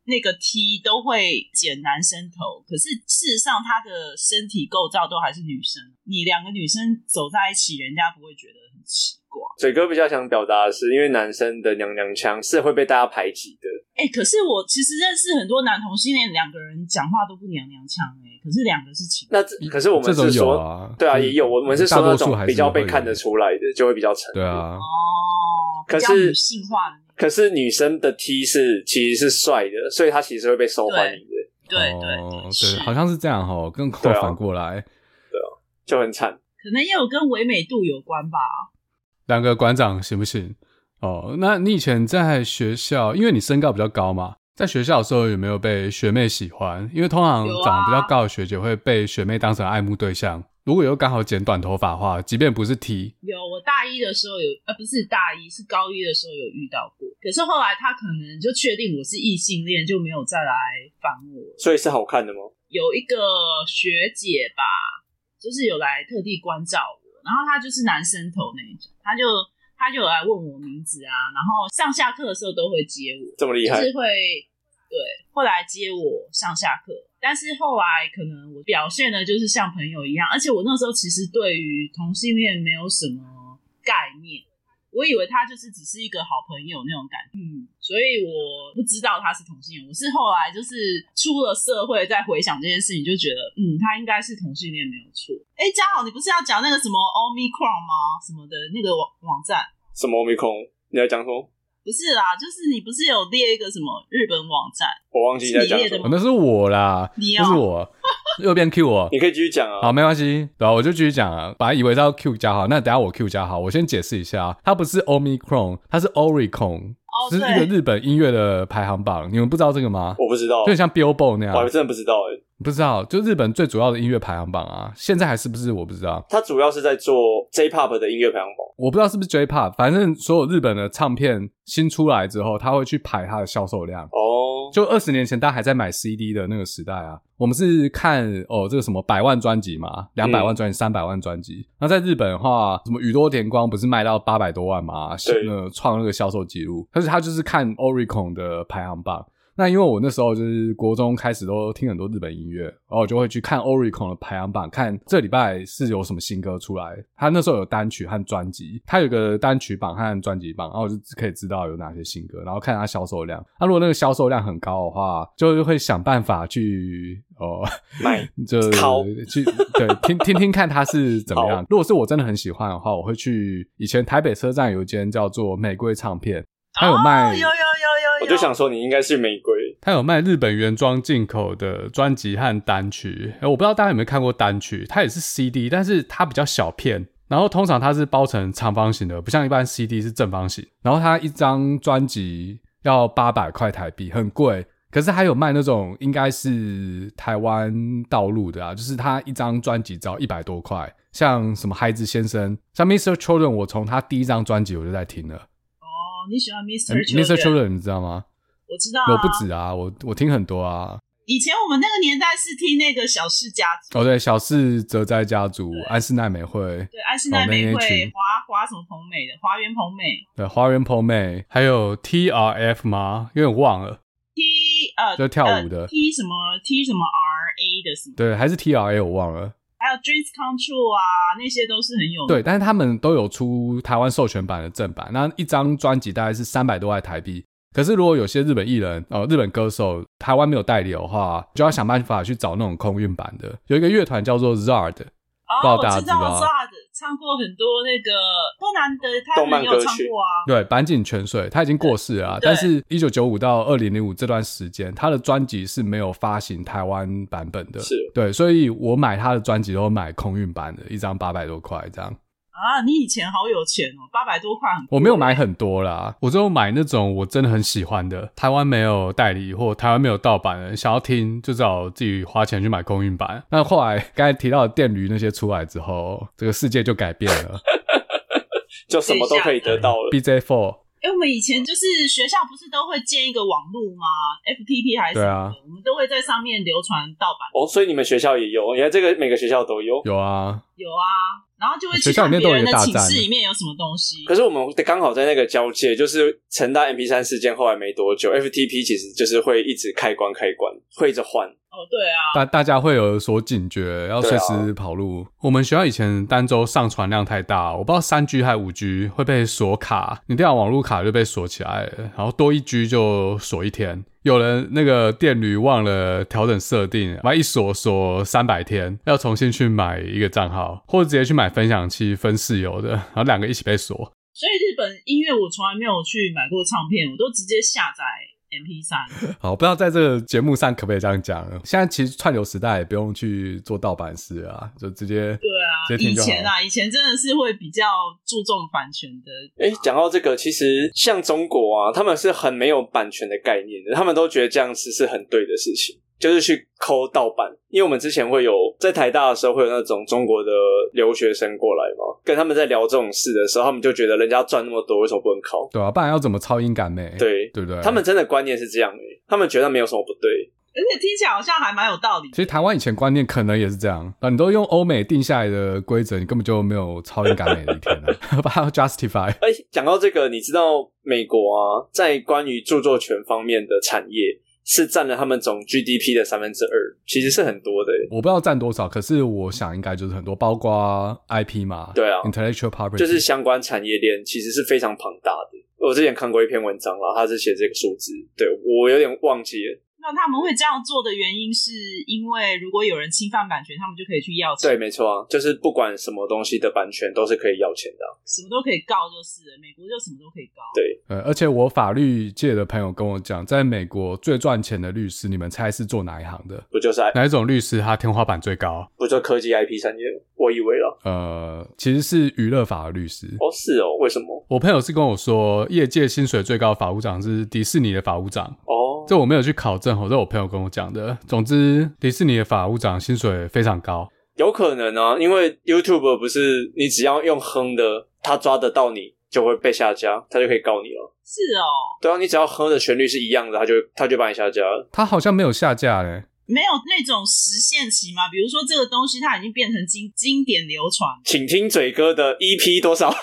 Speaker 2: 那个 T 都会剪男生头，可是事实上她的身体构造都还是女生。你两个女生走在一起，人家不会觉得很奇怪。
Speaker 3: 嘴哥比较想表达的是，因为男生的娘娘腔是会被大家排挤的，
Speaker 2: 哎、可是我其实认识很多男同性恋，两个人讲话都不娘娘腔哎、可是两个是情侣
Speaker 3: 那这可是我
Speaker 1: 嗯这
Speaker 3: 们
Speaker 1: 种
Speaker 3: 是
Speaker 1: 有
Speaker 3: 说，
Speaker 1: 啊，
Speaker 3: 对啊，
Speaker 1: 就是
Speaker 3: 也有，我们是说
Speaker 1: 大
Speaker 3: 那
Speaker 1: 多数还是
Speaker 3: 种比较
Speaker 1: 会
Speaker 3: 被
Speaker 1: 有
Speaker 3: 看得出来的，就会比较沉。
Speaker 1: 对，啊，
Speaker 2: 哦，比
Speaker 3: 可
Speaker 2: 较
Speaker 3: 是
Speaker 2: 女性化的那
Speaker 3: 可是女生的 T 是其实是帅的，所以他其实会被受欢迎的，
Speaker 2: 对对
Speaker 1: 哦、
Speaker 2: 是
Speaker 1: 对，好像是这样哦，跟
Speaker 3: 对啊
Speaker 1: 反过来，
Speaker 3: 就很惨。
Speaker 2: 可能也有跟唯美度有关吧。
Speaker 1: 两个馆长行不行？哦，那你以前在学校，因为你身高比较高嘛，在学校的时候有没有被学妹喜欢？因为通常
Speaker 2: 有啊
Speaker 1: 长得比较高的学姐会被学妹当成爱慕对象。如果又刚好剪短头发的话，即便不是 T，
Speaker 2: 有，我大一的时候有，呃，不是大一，是高一的时候有遇到过。可是后来他可能就确定我是异性恋，就没有再来烦我了。
Speaker 3: 所以是好看的吗？
Speaker 2: 有一个学姐吧，就是有来特地关照我，然后她就是男生头那一种，她就她就有来问我名字啊，然后上下课的时候都会接我，
Speaker 3: 这么厉害
Speaker 2: 就，是会对会来接我上下课。但是后来可能我表现的就是像朋友一样，而且我那时候其实对于同性恋没有什么概念，我以为他就是只是一个好朋友那种感觉，嗯，所以我不知道他是同性恋。我是后来就是出了社会再回想这件事情，就觉得嗯，他应该是同性恋没有错。哎、嘉豪，你不是要讲那个什么 Omicron 吗？什么的那个网网站？
Speaker 3: 什么 Omicron？你在讲什么？
Speaker 2: 不是啦，就是你不是有列一个什么日本网站？
Speaker 3: 我忘记你在讲
Speaker 2: 是你
Speaker 3: 什
Speaker 2: 列的
Speaker 3: 么
Speaker 2: 吗。
Speaker 1: 哦那是我啦，
Speaker 2: 你
Speaker 1: 那
Speaker 2: 哦
Speaker 1: 是我， 右边 Q 我
Speaker 3: 你。可以继续讲啊。
Speaker 1: 好，没关系，对吧、我就继续讲啊。本来以为是要 Q 加号，那等下我 Q 加号，我先解释一下啊，它不是 Omicron，它是 Oricon，
Speaker 2: 哦，
Speaker 1: 这
Speaker 2: 对，
Speaker 1: 是一个日本音乐的排行榜，你们不知道这个吗？
Speaker 3: 我不知道
Speaker 1: 就，很像 Billboard 那
Speaker 3: 我还
Speaker 1: 样，
Speaker 3: 真的不知道哎。
Speaker 1: 不知道，就日本最主要的音乐排行榜啊，现在还是不是我不知道，
Speaker 3: 他主要是在做 J-pop 的音乐排行榜，
Speaker 1: 我不知道是不是 J-Pop，反正所有日本的唱片新出来之后，他会去排它的销售量。
Speaker 3: 哦，
Speaker 1: 就二十年前大家还在买 CD 的那个时代啊，我们是看哦这个什么百万专辑嘛，两百万专
Speaker 3: 嗯
Speaker 1: 辑、三百万专辑。那在日本的话，什么宇多田光不是卖到八百多万嘛，是
Speaker 3: 对
Speaker 1: 呃创那个销售记录，但是他就是看 Oricon 的排行榜。那因为我那时候就是国中开始都听很多日本音乐，然后我就会去看 Oricon 的排行榜，看这礼拜是有什么新歌出来。他那时候有单曲和专辑，他有个单曲榜和专辑榜，然后我就可以知道有哪些新歌，然后看它销售量。那如果那个销售量很高的话，就是会想办法去哦，
Speaker 3: 卖
Speaker 1: 就
Speaker 3: 掏
Speaker 1: 去对听听听看它是怎么样
Speaker 3: 好。
Speaker 1: 如果是我真的很喜欢的话，我会去以前台北车站有一间叫做玫瑰唱片，它有卖、
Speaker 2: 哦、有有有有有，
Speaker 3: 我就想说你应该是玫瑰，
Speaker 1: 他有卖日本原装进口的专辑和单曲，呃，我不知道大家有没有看过单曲，它也是 CD，但是它比较小片，然后通常它是包成长方形的，不像一般 CD 是正方形。然后它一张专辑要八百块台币，很贵。可是还有卖那种应该是台湾道路的啊，就是它一张专辑只要一百多块，像什么孩子先生，像 Mr. Children，我从他第一张专辑我就在听了。
Speaker 2: 哦，你喜欢 Mr.
Speaker 1: 嗯 Mr.
Speaker 2: Children，
Speaker 1: Children 你知道吗？
Speaker 2: 我知道、啊，
Speaker 1: 我不止啊，我我听很多啊。
Speaker 2: 以前我们那个年代是听那个小世家族，
Speaker 1: 哦，对，小四哲哉家族、安室奈美惠、
Speaker 2: 对，安室奈
Speaker 1: 哦
Speaker 2: 美
Speaker 1: 那那一群
Speaker 2: 惠、华华什么朋美的，华园朋美
Speaker 1: 对花园朋美，还有 T R F 吗？有点忘了，
Speaker 2: ，T 呃，
Speaker 1: 就跳舞的
Speaker 2: 呃、，T 什么 T 什么 R A 的什么，
Speaker 1: 对，还是 T R A 我忘了。
Speaker 2: 还有 Dreams Come True 啊，那些都是很有名
Speaker 1: 对，但是他们都有出台湾授权版的正版，那一张专辑大概是三百多块台币。可是如果有些日本艺人哦，日本歌手台湾没有代理的话，就要想办法去找那种空运版的。有一个乐团叫做 Zard，
Speaker 2: 哦，
Speaker 1: 不知道大家
Speaker 2: 我
Speaker 1: 知
Speaker 2: 知
Speaker 1: 道
Speaker 2: 道
Speaker 1: 啊
Speaker 2: Zard 唱过很多那个波兰的，他
Speaker 3: 动漫
Speaker 2: 们也有
Speaker 3: 歌
Speaker 2: 唱
Speaker 3: 曲
Speaker 2: 过啊，
Speaker 1: 对，坂井泉水他已经过世了啊，
Speaker 2: 对
Speaker 1: 但是一九九五到二零零五这段时间，他的专辑是没有发行台湾版本的，
Speaker 3: 是
Speaker 1: 对，所以我买他的专辑都买空运版的，一张八百多块这样，
Speaker 2: 啊，你以前好有钱哦，八百多块很
Speaker 1: 我没有买很多啦，我只有买那种我真的很喜欢的，台湾没有代理或台湾没有盗版的，想要听就只好自己花钱去买空运版。那后来刚才提到的电驴那些出来之后，这个世界就改变了
Speaker 3: 就什么都可以得到了。
Speaker 1: ，BJ Four。
Speaker 2: 哎、我们以前就是学校不是都会建一个网路吗？FTP 还是什么的
Speaker 1: 对啊
Speaker 2: 我们都会在上面流传盗版，
Speaker 3: 哦，所以你们学校也有，原来这个每个学校都有。
Speaker 1: 有啊，
Speaker 2: 有啊，然后就会
Speaker 1: 学
Speaker 2: 去
Speaker 1: 校
Speaker 2: 看
Speaker 1: 里面
Speaker 2: 别
Speaker 1: 都有
Speaker 2: 人
Speaker 1: 一
Speaker 2: 的
Speaker 1: 个大欸
Speaker 2: 寝
Speaker 1: 站
Speaker 2: 室里面有什么东西。
Speaker 3: 可是我们刚好在那个交界，就是成大 MP 三事件后来没多久，FTP 其实就是会一直开关开关，会一直换。
Speaker 2: 哦，对啊，
Speaker 1: 大大家会有所警觉，要随时跑路。我们学校以前单周上传量太大，我不知道三 G 还五 G 会被锁卡，你电脑网络卡就被锁起来了，然后多一 G 就锁一天。有人那个电驴忘了调整设定，把一锁锁三百天，要重新去买一个账号，或者直接去买分享器分室友的，然后两个一起被锁。
Speaker 2: 所以日本音乐我从来没有去买过唱片，我都直接下载 MP 三，
Speaker 1: 好，不知道在这个节目上可不可以这样讲？现在其实串流时代也不用去做盗版事啊，就直接
Speaker 2: 对啊
Speaker 1: 直接听
Speaker 2: 以
Speaker 1: 就好
Speaker 2: 前啊，以前真的是会比较注重版权的，
Speaker 3: 哎，讲到这个，其实像中国啊，他们是很没有版权的概念的，他们都觉得这样子是很对的事情，就是去抠盗版。因为我们之前会有在台大的时候会有那种中国的留学生过来嘛，跟他们在聊这种事的时候，他们就觉得人家赚那么多，为什么不能抠？
Speaker 1: 对啊，不然要怎么超英赶美？
Speaker 3: 对
Speaker 1: 对不对？
Speaker 3: 他们真的观念是这样诶、他们觉得没有什么不对。
Speaker 2: 而且听起来好像还蛮有道理的
Speaker 1: 其。实台湾以前观念可能也是这样，啊，你都用欧美定下来的规则，你根本就没有超英赶美的一天啊， 把它 justify。
Speaker 3: 哎，讲到这个，你知道美国啊，在关于著作权方面的产业是占了他们总 GDP 的三分之二，其实是很多的、欸。
Speaker 1: 我不知道占多少，可是我想应该就是很多，包括 IP 嘛，
Speaker 3: 对啊
Speaker 1: ，intellectual property，
Speaker 3: 就是相关产业链其实是非常庞大的。我之前看过一篇文章啦，他是写这个数字，对我有点忘记了。
Speaker 2: 那他们会这样做的原因，是因为如果有人侵犯版权，他们就可以去要钱，
Speaker 3: 对，没错啊，就是不管什么东西的版权都是可以要钱的啊、
Speaker 2: 什么都可以告，就是了美国就什么都可以告。
Speaker 3: 对，
Speaker 1: 呃，而且我法律界的朋友跟我讲，在美国最赚钱的律师，你们猜是做哪一行的？
Speaker 3: 不就是
Speaker 1: 哪一种律师他天花板最高？
Speaker 3: 不就科技 IP 产业吗？我以为了，
Speaker 1: 呃，其实是娱乐法的律师。
Speaker 3: 哦，是哦，为什么？
Speaker 1: 我朋友是跟我说，业界薪水最高的法务长是迪士尼的法务长，
Speaker 3: 哦，
Speaker 1: 这我没有去考证，哦这我朋友跟我讲的。总之，迪士尼的法务长薪水非常高，
Speaker 3: 有可能啊，因为 YouTube 不是你只要用哼的，他抓得到你就会被下架，他就可以告你了。
Speaker 2: 是哦，
Speaker 3: 对啊，你只要哼的旋律是一样的，他就他就把你下架了。
Speaker 1: 他好像没有下架嘞。
Speaker 2: 没有那种时限期嘛？比如说这个东西它已经变成经经典流 传，
Speaker 3: 请听嘴哥的 EP 多少？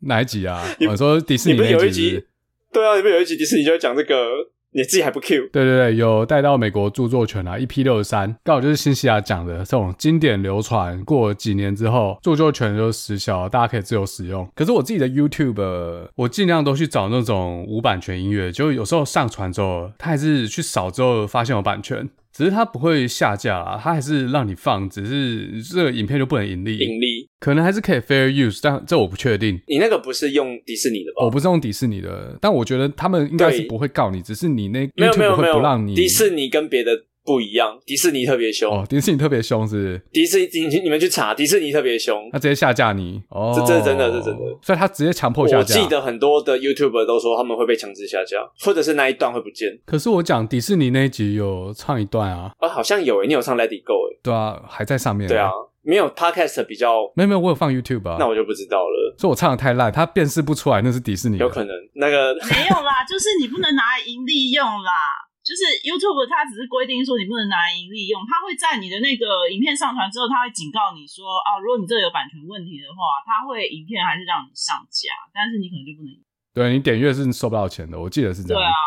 Speaker 1: 哪一集啊？
Speaker 3: 你
Speaker 1: 我说迪士
Speaker 3: 你
Speaker 1: 尼
Speaker 3: 不是
Speaker 1: 那
Speaker 3: 有一
Speaker 1: 集是不
Speaker 3: 集
Speaker 1: 是？？
Speaker 3: 对啊，你不是有一集迪士尼就会讲这个，你自己还不 Q？
Speaker 1: 对对对，有带到美国著作权啊，一 P 六十三，刚好就是新西亚讲的这种经典流传，过了几年之后，著作权就失效，大家可以自由使用。可是我自己的 YouTube，呃我尽量都去找那种无版权音乐，就有时候上传之后，它还是去扫之后发现有版权，只是它不会下架啦，它还是让你放，只是这个影片就不能盈利，
Speaker 3: 盈利？
Speaker 1: 可能还是可以 fair use，但这我不确定。
Speaker 3: 你那个不是用迪士尼的吧？
Speaker 1: 我不是用迪士尼的，但我觉得他们应该是
Speaker 3: 哦对
Speaker 1: 不会告你，只是你那
Speaker 3: 没有没
Speaker 1: YouTube
Speaker 3: 有没
Speaker 1: 会不让
Speaker 3: 有，
Speaker 1: 你。
Speaker 3: 迪士尼跟别的不一样，迪士尼特别凶。
Speaker 1: 哦，迪士尼特别凶是不是？
Speaker 3: 迪士尼，你你们去查，迪士尼特别凶。
Speaker 1: 他直接下架你哦，
Speaker 3: 这这是真的这是真的，
Speaker 1: 所以他直接强迫下
Speaker 3: 我
Speaker 1: 架。
Speaker 3: 记得很多的 YouTuber 都说他们会被强制下架，或者是那一段会不见
Speaker 1: 可是我讲迪士尼那一集有唱一段啊，
Speaker 3: 啊，好像有诶，你有上 Let It Go 诶，
Speaker 1: 对啊，嗯还在上面。
Speaker 3: 对啊，，没有 Podcast 比较，
Speaker 1: 没有没有，我有放 YouTube 啊，
Speaker 3: 那我就不知道了，
Speaker 1: 所以我唱的太烂，他辨识不出来那是迪士尼的。
Speaker 3: 有可能那个
Speaker 2: 没有啦，就是你不能拿来盈利用啦。就是 YouTube 它只是规定说你不能拿来盈利用，它会在你的那个影片上传之后，它会警告你说啊，如果你这个有版权问题的话，它会影片还是让你上架，但是你可能就不能
Speaker 1: 对你点阅是收不到钱的，我记得是这
Speaker 2: 对
Speaker 1: 样。
Speaker 2: 啊，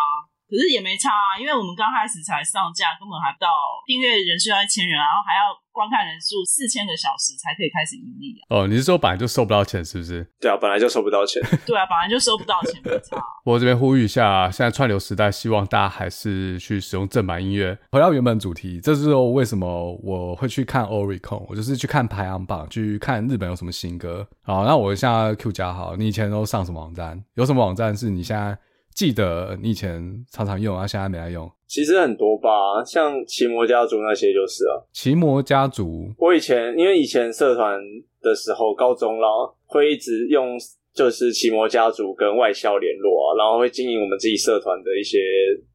Speaker 2: 可是也没差啊，因为我们刚开始才上架，根本还不到订阅人数要一千人，然后还要观看人数四千个小时才可以开始盈利啊。
Speaker 1: 哦，你是说本来就收不到钱是不是？
Speaker 3: 对啊，本来就收不到钱，
Speaker 2: 对啊，本来就收不到钱，没差。
Speaker 1: 我这边呼吁一下，现在串流时代，希望大家还是去使用正版音乐。回到原本主题，这是为什么我会去看 Oricon，我就是去看排行榜，去看日本有什么新歌。好，那我现在 Q 加好，你以前都上什么网站？有什么网站是你现在记得你以前常常用，啊，现在没在用？
Speaker 3: 其实很多吧，像奇摩家族那些就是啊，
Speaker 1: 奇摩家族，
Speaker 3: 我以前因为以前社团的时候，高中啦，会一直用就是奇摩家族跟外校联络啊，然后会经营我们自己社团的一些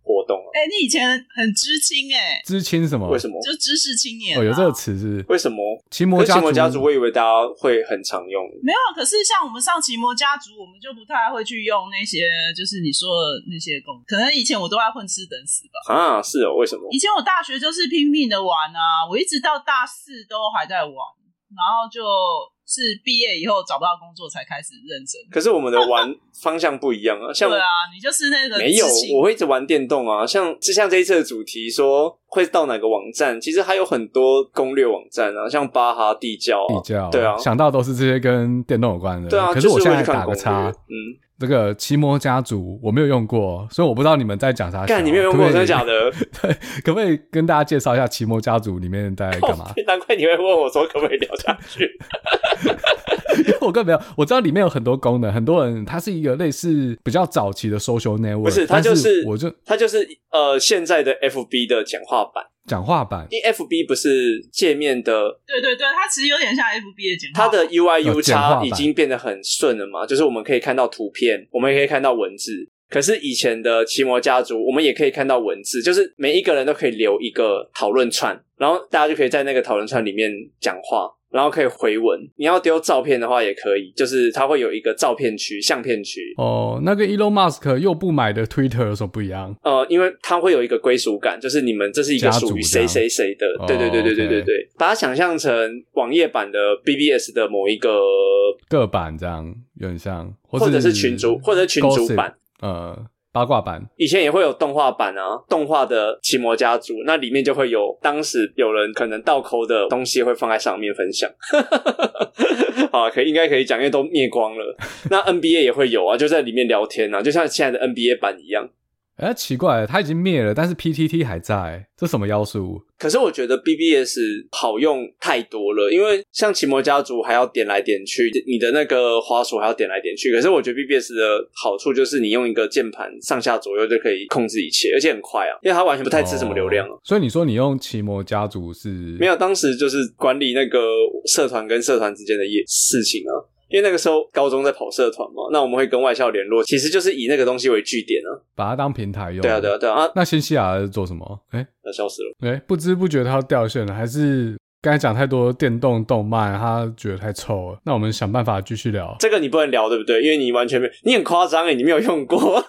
Speaker 3: 活动啊。
Speaker 2: 哎、你以前很知青哎、
Speaker 1: 知青什么？
Speaker 3: 为什么？
Speaker 2: 就知识青年、啊
Speaker 1: 哦，有这个词是不是
Speaker 3: 为什么？
Speaker 1: 奇
Speaker 3: 可
Speaker 1: 摩
Speaker 3: 是
Speaker 1: 家
Speaker 3: 奇
Speaker 1: 族，
Speaker 3: 摩家族，我以为大家会很常用。
Speaker 2: 没有啊，可是像我们上奇摩家族，我们就不太会去用那些，就是你说的那些功能。可能以前我都在混吃等死吧。
Speaker 3: 啊，是哦，为什么？
Speaker 2: 以前我大学就是拼命的玩啊，我一直到大四都还在玩，然后就是毕业以后找不到工作才开始认真。
Speaker 3: 可是我们的玩方向不一样啊，像
Speaker 2: 对啊，你就是那个
Speaker 3: 没有
Speaker 2: 知，青
Speaker 3: 我会一直玩电动啊。像就像这一次的主题说会到哪个网站，其实还有很多攻略网站啊，像巴哈地窖啊
Speaker 1: 比，较
Speaker 3: 对啊
Speaker 1: 想到都是这些跟电动有关的。
Speaker 3: 对啊。
Speaker 1: 可是我
Speaker 3: 就
Speaker 1: 现
Speaker 3: 会
Speaker 1: 在
Speaker 3: 去看
Speaker 1: 打个
Speaker 3: 攻略
Speaker 1: 叉，
Speaker 3: 嗯，
Speaker 1: 这个奇摩家族我没有用过，所以我不知道你们在讲啥小。啊
Speaker 3: 干你没有用过，
Speaker 1: 可不
Speaker 3: 真
Speaker 1: 可以
Speaker 3: 的假？的？
Speaker 1: 对， 可不可以跟大家介绍一下 奇摩家族里面在干嘛？
Speaker 3: 难怪你会问我说可不可以聊下去。
Speaker 1: 因为我更没有，我知道里面有很多功能，很多人它是一个类似比较早期的 social network，
Speaker 3: 不是，它
Speaker 1: 但
Speaker 3: 就是是
Speaker 1: 我就
Speaker 3: 它就是呃现在的 FB 的简化版，
Speaker 1: 讲话版
Speaker 3: 因为 FB 不是界面的，
Speaker 5: 对对对，它其实有点像 FB 的简化
Speaker 3: 它
Speaker 5: 版，
Speaker 3: 的 UI
Speaker 1: 哦有
Speaker 3: U
Speaker 1: 简化
Speaker 3: 叉
Speaker 1: 版
Speaker 3: 已经变得很顺了嘛，就是我们可以看到图片，我们也可以看到文字。可是以前的奇摩家族，我们也可以看到文字，就是每一个人都可以留一个讨论串，然后大家就可以在那个讨论串里面讲话，然后可以回文。你要丢照片的话也可以，就是它会有一个照片区、相片区，
Speaker 1: 哦，那跟 Elon Musk 又不买的 Twitter 有什么不一样？
Speaker 3: 呃，因为它会有一个归属感，就是你们这是一个
Speaker 1: 家族
Speaker 3: 属于
Speaker 1: 这
Speaker 3: 谁
Speaker 1: 样
Speaker 3: 谁谁的
Speaker 1: 哦，
Speaker 3: 对对对对对对
Speaker 1: OK
Speaker 3: 对，把它想象成网页版的 BBS 的某一个，
Speaker 1: 各版这样有点像，或
Speaker 3: 或者是群主或者是群主
Speaker 1: Gossip，
Speaker 3: 版，
Speaker 1: 呃，八卦版。
Speaker 3: 以前也会有动画版啊，动画的《奇摩家族》，那里面就会有当时有人可能倒扣的东西会放在上面分享。 好啊，可以应该可以讲，因为都灭光了。那 NBA 也会有啊，就在里面聊天啊，就像现在的 NBA 版一样。
Speaker 1: 哎、奇怪，它已经灭了，但是 PTT 还在，这什么妖术？
Speaker 3: 可是我觉得 BBS 好用太多了，因为像奇摩家族还要点来点去，你的那个滑鼠还要点来点去。可是我觉得 BBS 的好处就是你用一个键盘上下左右就可以控制一切，而且很快啊，因为它完全不太吃什么流量啊。
Speaker 1: 哦所以你说你用奇摩家族是没
Speaker 3: 没有，当时就是管理那个社团跟社团之间的业事情啊。因为那个时候高中在跑社团嘛，那我们会跟外校联络，其实就是以那个东西为据点啊。
Speaker 1: 把它当平台用？
Speaker 3: 对啊，对啊，。对啊，啊，
Speaker 1: 那新西亚是做什么？哎、
Speaker 3: 那笑死了。
Speaker 1: 哎、不知不觉它要掉线了，还是刚才讲太多电动动漫，他觉得太臭了。那我们想办法继续聊。
Speaker 3: 这个你不能聊，对不对？因为你完全没，你很夸张哎，你没有用过。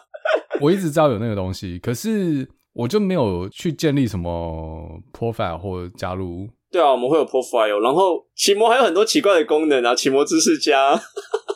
Speaker 1: 我一直知道有那个东西，可是我就没有去建立什么 profile 或加入。
Speaker 3: 对啊，我们会有 profile，然后奇摩还有很多奇怪的功能啊，奇摩知识家，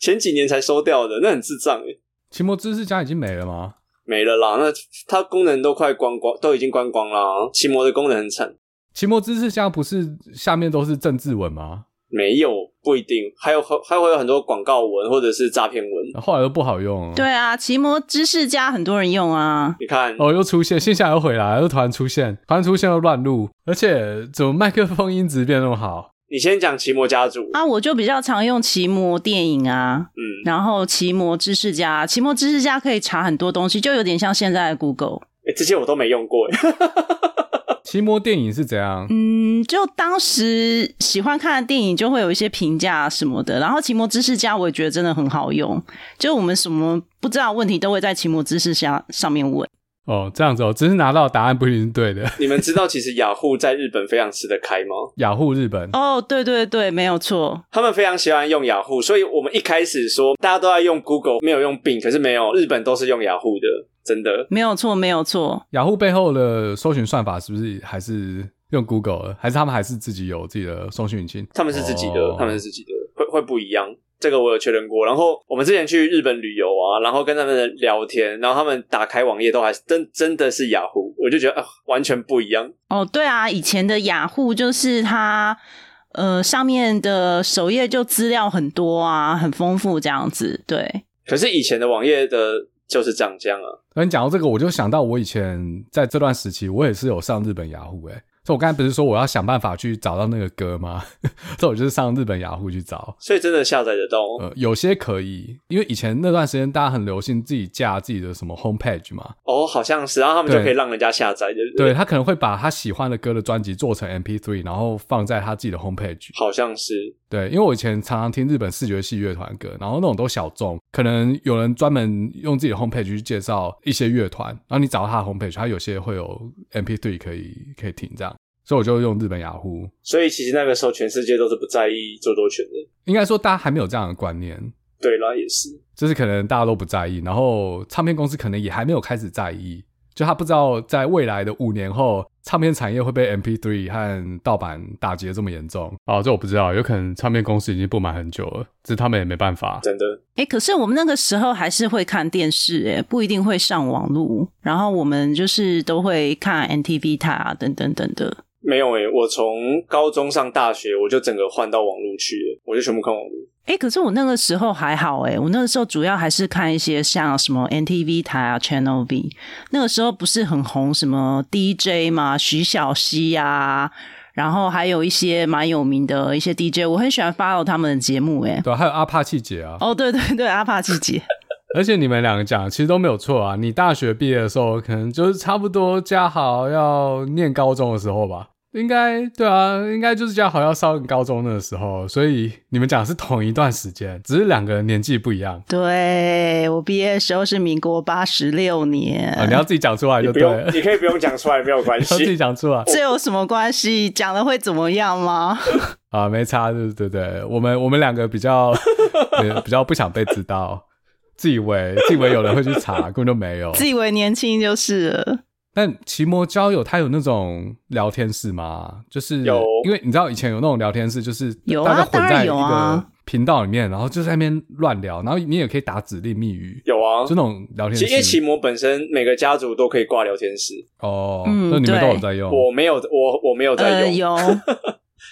Speaker 3: 前几年才收掉的，那很智障诶
Speaker 1: 奇摩知识家已经没了吗？
Speaker 3: 没了啦，那它功能都快关光，都已经关光啦。奇摩的功能很惨，
Speaker 1: 奇摩知识家不是下面都是政治文吗？
Speaker 3: 没有不一定，还有还会有很多广告文或者是诈骗文。
Speaker 1: 后来都不好用了。
Speaker 2: 对啊，奇摩知识家很多人用啊，
Speaker 3: 你看，
Speaker 1: 哦，又出现，线下又回来，又突然出现，突然出现又乱录，而且怎么麦克风音质变那么好？
Speaker 3: 你先讲奇摩家族，
Speaker 2: 啊，我就比较常用奇摩电影啊，
Speaker 3: 嗯，
Speaker 2: 然后奇摩知识家，奇摩知识家可以查很多东西，就有点像现在的 Google。
Speaker 3: 诶欸这些我都没用过，欸诶
Speaker 1: 奇摩电影是怎样？
Speaker 2: 嗯，就当时喜欢看的电影就会有一些评价什么的，然后奇摩知识家我也觉得真的很好用，就我们什么不知道的问题都会在奇摩知识家上面问。
Speaker 1: 哦，这样子哦，只是拿到的答案不一定是对的。
Speaker 3: 你们知道其实雅虎在日本非常吃得开吗？
Speaker 1: 雅虎日本，
Speaker 2: 哦，对对对，没有错，
Speaker 3: 他们非常喜欢用雅虎，所以我们一开始说大家都在用 Google，没有用 Bing，可是没有，日本都是用雅虎的，真的。
Speaker 2: 没有错，没有错。
Speaker 1: 雅虎背后的搜寻算法是不是还是用 Google 了？还是他们还是自己有自己的搜寻引擎？
Speaker 3: 他们是自己的，
Speaker 1: 哦
Speaker 3: 他们是自己的，会会不一样。这个我有确认过。然后我们之前去日本旅游啊，然后跟他们聊天，然后他们打开网页都还是真真的是雅虎，我就觉得啊、完全不一样。
Speaker 2: 哦，对啊，以前的雅虎就是它，呃，上面的首页就资料很多啊，很丰富这样子。对，
Speaker 3: 可是以前的网页的就是长这样啊，
Speaker 1: 那你讲到这个，我就想到我以前在这段时期，我也是有上日本雅虎哎、欸。所以我刚才不是说我要想办法去找到那个歌吗？ 所以我就是上日本雅虎去找。
Speaker 3: 所以真的下载得到哦。
Speaker 1: 呃，有些可以，因为以前那段时间大家很流行自己架自己的什么 homepage 嘛，
Speaker 3: 哦，好像是，然后他们就
Speaker 1: 对
Speaker 3: 可以让人家下载，对不
Speaker 1: 对他可能会把他喜欢的歌的专辑做成 MP3，然后放在他自己的 homepage。
Speaker 3: 好像是，
Speaker 1: 对，因为我以前常常听日本视觉系乐团歌，然后那种都小众，可能有人专门用自己的 homepage 去介绍一些乐团，然后你找到他的 homepage，他有些会有 MP3 可以可以听这样，所以我就用日本雅虎。
Speaker 3: 所以其实那个时候全世界都是不在意著作权的。
Speaker 1: 应该说大家还没有这样的观念，
Speaker 3: 对啦，也是。
Speaker 1: 就是可能大家都不在意，然后唱片公司可能也还没有开始在意，就他不知道在未来的五年后，唱片产业会被 MP3 和盗版打劫这么严重。哦，这我不知道，有可能唱片公司已经不满很久了，只是他们也没办法。
Speaker 3: 真的，
Speaker 2: 诶，可是我们那个时候还是会看电视，诶，不一定会上网路。然后我们就是都会看 NTV 塔、啊、等等等的。
Speaker 3: 没有诶、我从高中上大学，我就整个换到网络去了，我就全部看网络。
Speaker 2: 诶，可是我那个时候还好，诶，我那个时候主要还是看一些像什么 NTV 台啊、Channel V，那个时候不是很红什么 DJ 嘛，徐小溪呀、然后还有一些蛮有名的一些 DJ，我很喜欢 follow 他们的节目、欸，哎，
Speaker 1: 对啊、还有阿帕契姐啊，
Speaker 2: 哦，对对对，阿帕奇姐，
Speaker 1: 而且你们两个讲其实都没有错啊。你大学毕业的时候，可能就是差不多嘉豪要念高中的时候吧，应该对啊，应该就是嘉豪要上高中那个时候，所以你们讲是同一段时间，只是两个人年纪不一样
Speaker 2: 对我毕业的时候是民国八十六年，
Speaker 1: 啊。你要自己讲出来
Speaker 3: 嗯你
Speaker 1: 就
Speaker 3: 不
Speaker 1: 对了
Speaker 3: 用，，你可以不用讲出来，没有关
Speaker 1: 你要自己
Speaker 3: 系。
Speaker 1: 讲出来
Speaker 2: 这有什么关系？讲了会怎么样吗？
Speaker 1: 啊，没差，对对对，我们我们两个比 较对比较不想被知道，自以为自以为有人会去 查，根本就没有。
Speaker 2: 自以为年轻就是了。
Speaker 1: 但奇摩交友它有那种聊天室吗？就是
Speaker 3: 有
Speaker 1: 因为你知道以前有那种聊天室，就是
Speaker 2: 有啊
Speaker 1: 大家混
Speaker 2: 当然
Speaker 1: 在一
Speaker 2: 有
Speaker 1: 个
Speaker 2: 啊
Speaker 1: 频道里面，然后就在那边乱聊，然后你也可以打指令密语，
Speaker 3: 有啊，
Speaker 1: 就那种聊天
Speaker 3: 其实因为奇
Speaker 1: 室。
Speaker 3: 摩本身每个家族都可以挂聊天室，
Speaker 1: 哦，
Speaker 2: 嗯
Speaker 1: 那你们都
Speaker 2: 对
Speaker 1: 有在用？
Speaker 3: 我没有，我我没有在
Speaker 2: 呃，
Speaker 3: 用，
Speaker 2: 有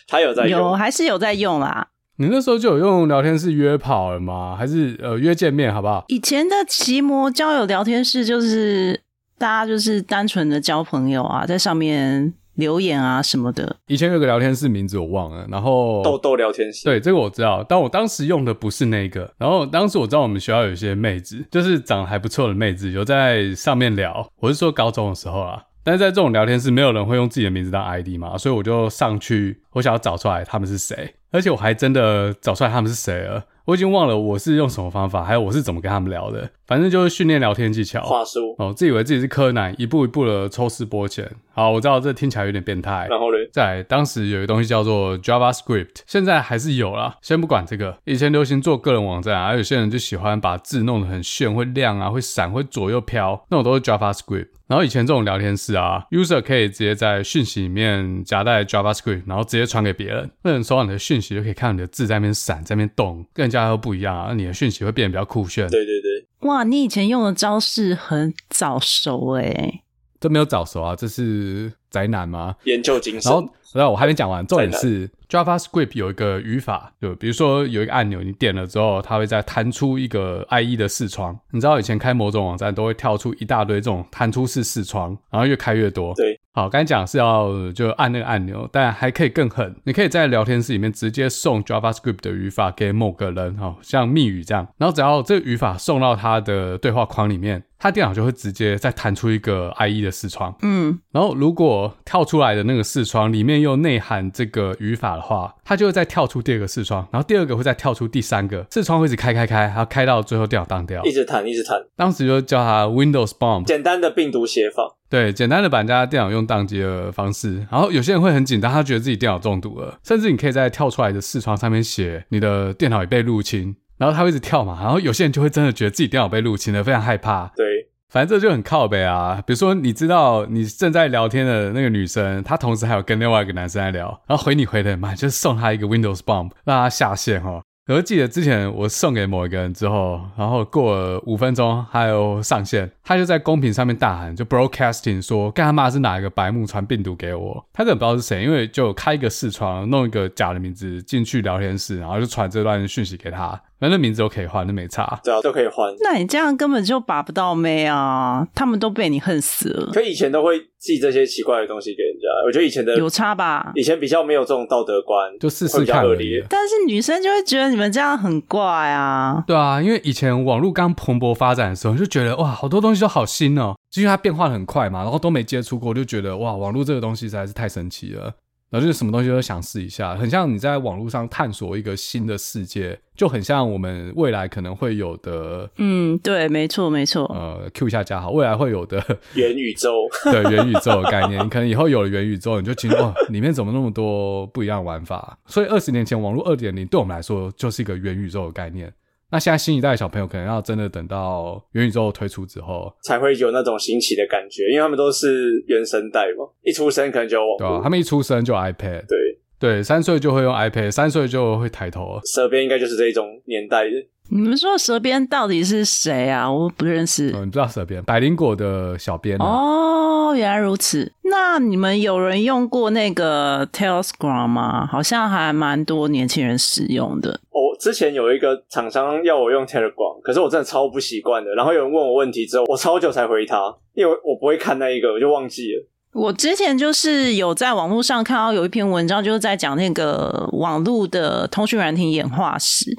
Speaker 3: 他有 在
Speaker 2: 有
Speaker 3: 用，
Speaker 2: 还是有在用啦。
Speaker 1: 你那时候就有用聊天室约跑了吗？还是呃约见面好不好？
Speaker 2: 以前的奇摩交友聊天室就是大家就是单纯的交朋友啊，在上面留言啊什么的。
Speaker 1: 以前有个聊天室名字我忘了，然后
Speaker 3: 豆豆聊天室，
Speaker 1: 对，这个我知道，但我当时用的不是那个。然后当时我知道我们学校有一些妹子，就是长得还不错的妹子，有在上面聊。我是说高中的时候啊，但是在这种聊天室，没有人会用自己的名字当 ID 嘛，所以我就上去，我想要找出来他们是谁，而且我还真的找出来他们是谁了。我已经忘了我是用什么方法，还有我是怎么跟他们聊的，反正就是训练聊天技巧。
Speaker 3: 话术，
Speaker 1: 哦，自以为自己是柯南，一步一步的抽丝剥茧。好，我知道这听起来有点变态，
Speaker 3: 然后嘞，
Speaker 1: 在当时有一个东西叫做 JavaScript，现在还是有啦。先不管这个，以前流行做个人网站啊，有些人就喜欢把字弄得很炫，会亮啊，会闪，会左右飘，那种都是 JavaScript。然后以前这种聊天室啊，user 可以直接在讯息里面夹带 JavaScript，然后直接传给别人，那人收到你的讯息就可以看到你的字在那边闪，在那边动，跟人家又不一样啊，你的讯息会变得比较酷炫。
Speaker 3: 对对对，
Speaker 2: 哇，你以前用的招式很早熟欸诶、
Speaker 1: 这没有早熟啊，这是宅男吗？
Speaker 3: 研究精神
Speaker 1: 然，后，然后我还没讲完，重点是 JavaScript 有一个语法，就比如说有一个按钮，你点了之后，它会再弹出一个 IE 的视窗。你知道以前开某种网站都会跳出一大堆这种弹出式视窗，然后越开越多。
Speaker 3: 对，
Speaker 1: 好，刚才讲是要呃就按那个按钮，但还可以更狠，你可以在聊天室里面直接送 JavaScript 的语法给某个人，哦，像密语这样，然后只要这个语法送到他的对话框里面，他电脑就会直接再弹出一个 IE 的视窗。
Speaker 2: 嗯，
Speaker 1: 然后如果跳出来的那个视窗里面又内含这个语法的话，它就会再跳出第二个视窗，然后第二个会再跳出第三个视窗，会一直开开开，然后开到最后电脑当掉
Speaker 3: 一。直弹一直弹，
Speaker 1: 当时就叫它 Windows Bomb，
Speaker 3: 简单的病毒写法，
Speaker 1: 对，简单的把人家电脑用宕机的方式。然后有些人会很紧张，他觉得自己电脑中毒了，甚至你可以在跳出来的视窗上面写你的电脑也被入侵，然后它会一直跳嘛，然后有些人就会真的觉得自己电脑被入侵了，非常害怕，
Speaker 3: 对，
Speaker 1: 反正这就很靠北啊。比如说，你知道你正在聊天的那个女生，她同时还有跟另外一个男生在聊，然后回你回的很慢，就是送她一个 Windows bomb，让她下线哦。我记得之前我送给某一个人之后，然后过了五分钟，还有上线，他就在公屏上面大喊，就 broadcasting 说，干他妈是哪一个白目传病毒给我？他根本不知道是谁，因为就开一个视窗，弄一个假的名字进去聊天室，然后就传这段讯息给他，反正那名字都可以换，那没差。
Speaker 3: 对啊，都可以换。
Speaker 2: 那你这样根本就把不到妹啊，他们都被你恨死了，
Speaker 3: 可以前都会寄这些奇怪的东西给人家，我觉得以前的
Speaker 2: 有差吧？
Speaker 3: 以前比较没呃有这种道德观，
Speaker 1: 就试
Speaker 3: 会
Speaker 1: 试
Speaker 3: 比较
Speaker 1: 看
Speaker 3: 恶
Speaker 1: 而已
Speaker 3: 劣。。
Speaker 2: 但是女生就会觉得你们这样很怪啊。
Speaker 1: 对啊，因为以前网络刚蓬勃发展的时候，你就觉得哇，好多东西都好新哦，因为它变化的很快嘛，然后都没接触过，就觉得哇，网络这个东西实在是太神奇了，然后就是什么东西都想试一下，很像你在网络上探索一个新的世界，就很像我们未来可能会有的。
Speaker 2: 嗯，对，没错，没错。
Speaker 1: 呃，Q 一下加好，未来会有的
Speaker 3: 元宇宙，
Speaker 1: 对元宇宙的概念，你可能以后有了元宇宙，你就觉得哇，里面怎么那么多不一样的玩法？啊所以二十年前网络二点零对我们来说就是一个元宇宙的概念。那现在新一代的小朋友可能要真的等到元宇宙推出之后，
Speaker 3: 才会有那种新奇的感觉，因为他们都是原生代嘛，一出生可能就有
Speaker 1: 对吧、啊
Speaker 3: 网
Speaker 1: 他
Speaker 3: 络，
Speaker 1: 们一出生就有 iPad，
Speaker 3: 对，
Speaker 1: 对，三岁就会用 iPad，三岁就会抬头。
Speaker 3: 蛇边应该就是这种年代的，
Speaker 2: 你们说蛇鞭到底是谁啊？我不认识。
Speaker 1: 嗯，你不知道蛇边百灵果的小编、啊、
Speaker 2: 哦，原来如此。那你们有人用过那个 Telegram 吗？好像还蛮多年轻人使用的。
Speaker 3: 我、哦之前有一个厂商要我用 Telegram，可是我真的超不习惯的。然后有人问我问题之后，我超久才回他，因为我我不会看那一个，我就忘记了。
Speaker 2: 我之前就是有在网络上看到有一篇文章，就是在讲那个网络的通讯软体演化史，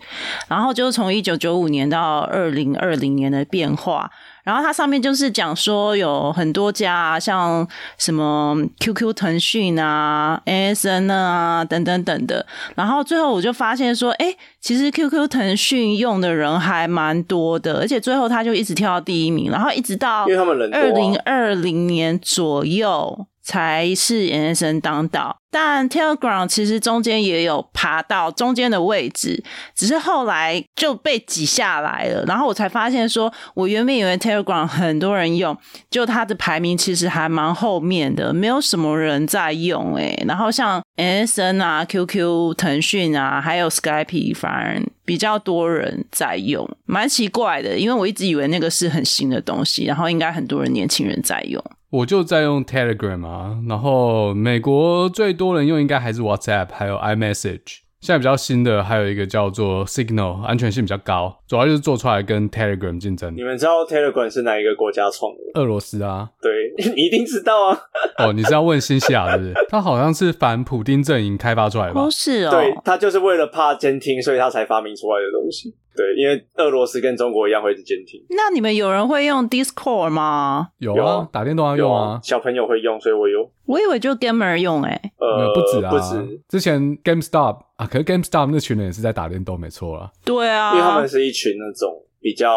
Speaker 2: 然后就是从一九九五年到二零二零年的变化。然后它上面就是讲说有很多家、啊，像什么 QQ、腾讯啊、ASN 啊等等等的。然后最后我就发现说，哎，其实 QQ、腾讯用的人还蛮多的，而且最后它就一直跳到第一名，然后一直到
Speaker 3: 因为他们人多、啊。
Speaker 2: 哦二零二零年左右才是 NSN 当道，但 Telegram 其实中间也有爬到中间的位置，只是后来就被挤下来了。然后我才发现说，我原本以为 Telegram 很多人用，就它的排名其实还蛮后面的，没有什么人在用诶、欸。然后像 NSN 啊、QQ、腾讯啊，还有 Skype，反而比较多人在用，蛮奇怪的。因为我一直以为那个是很新的东西，然后应该很多人年轻人在用。
Speaker 1: 我就在用 Telegram 啊，然后美国最多人用应该还是 WhatsApp，还有 iMessage。现在比较新的还有一个叫做 Signal，安全性比较高，主要就是做出来跟 Telegram 竞争
Speaker 3: 你。们知道 Telegram 是哪一个国家创的吗？
Speaker 1: 俄罗斯啊，
Speaker 3: 对 你一定知道啊。
Speaker 1: 哦，你是要问新西兰是不是？它好像是反普丁阵营开发出来的吧
Speaker 2: 哦，？是哦，
Speaker 3: 对他就是为了怕监听，所以他才发明出来的东西。对，因为俄罗斯跟中国一样会一直监听。
Speaker 2: 那你们有人会用 Discord 吗？
Speaker 1: 有
Speaker 3: 有
Speaker 1: 啊
Speaker 3: 啊，
Speaker 1: 打电动要用啊，
Speaker 3: 小朋友会用，所以我有。
Speaker 2: 我以为就 gamer 用欸诶、
Speaker 3: 呃，
Speaker 1: 不止啊，
Speaker 3: 不止，因
Speaker 1: 之前 GameStop 啊，可是 GameStop 那群人也是在打电动，没错啦。
Speaker 2: 对啊，
Speaker 3: 为他们是一群那种比较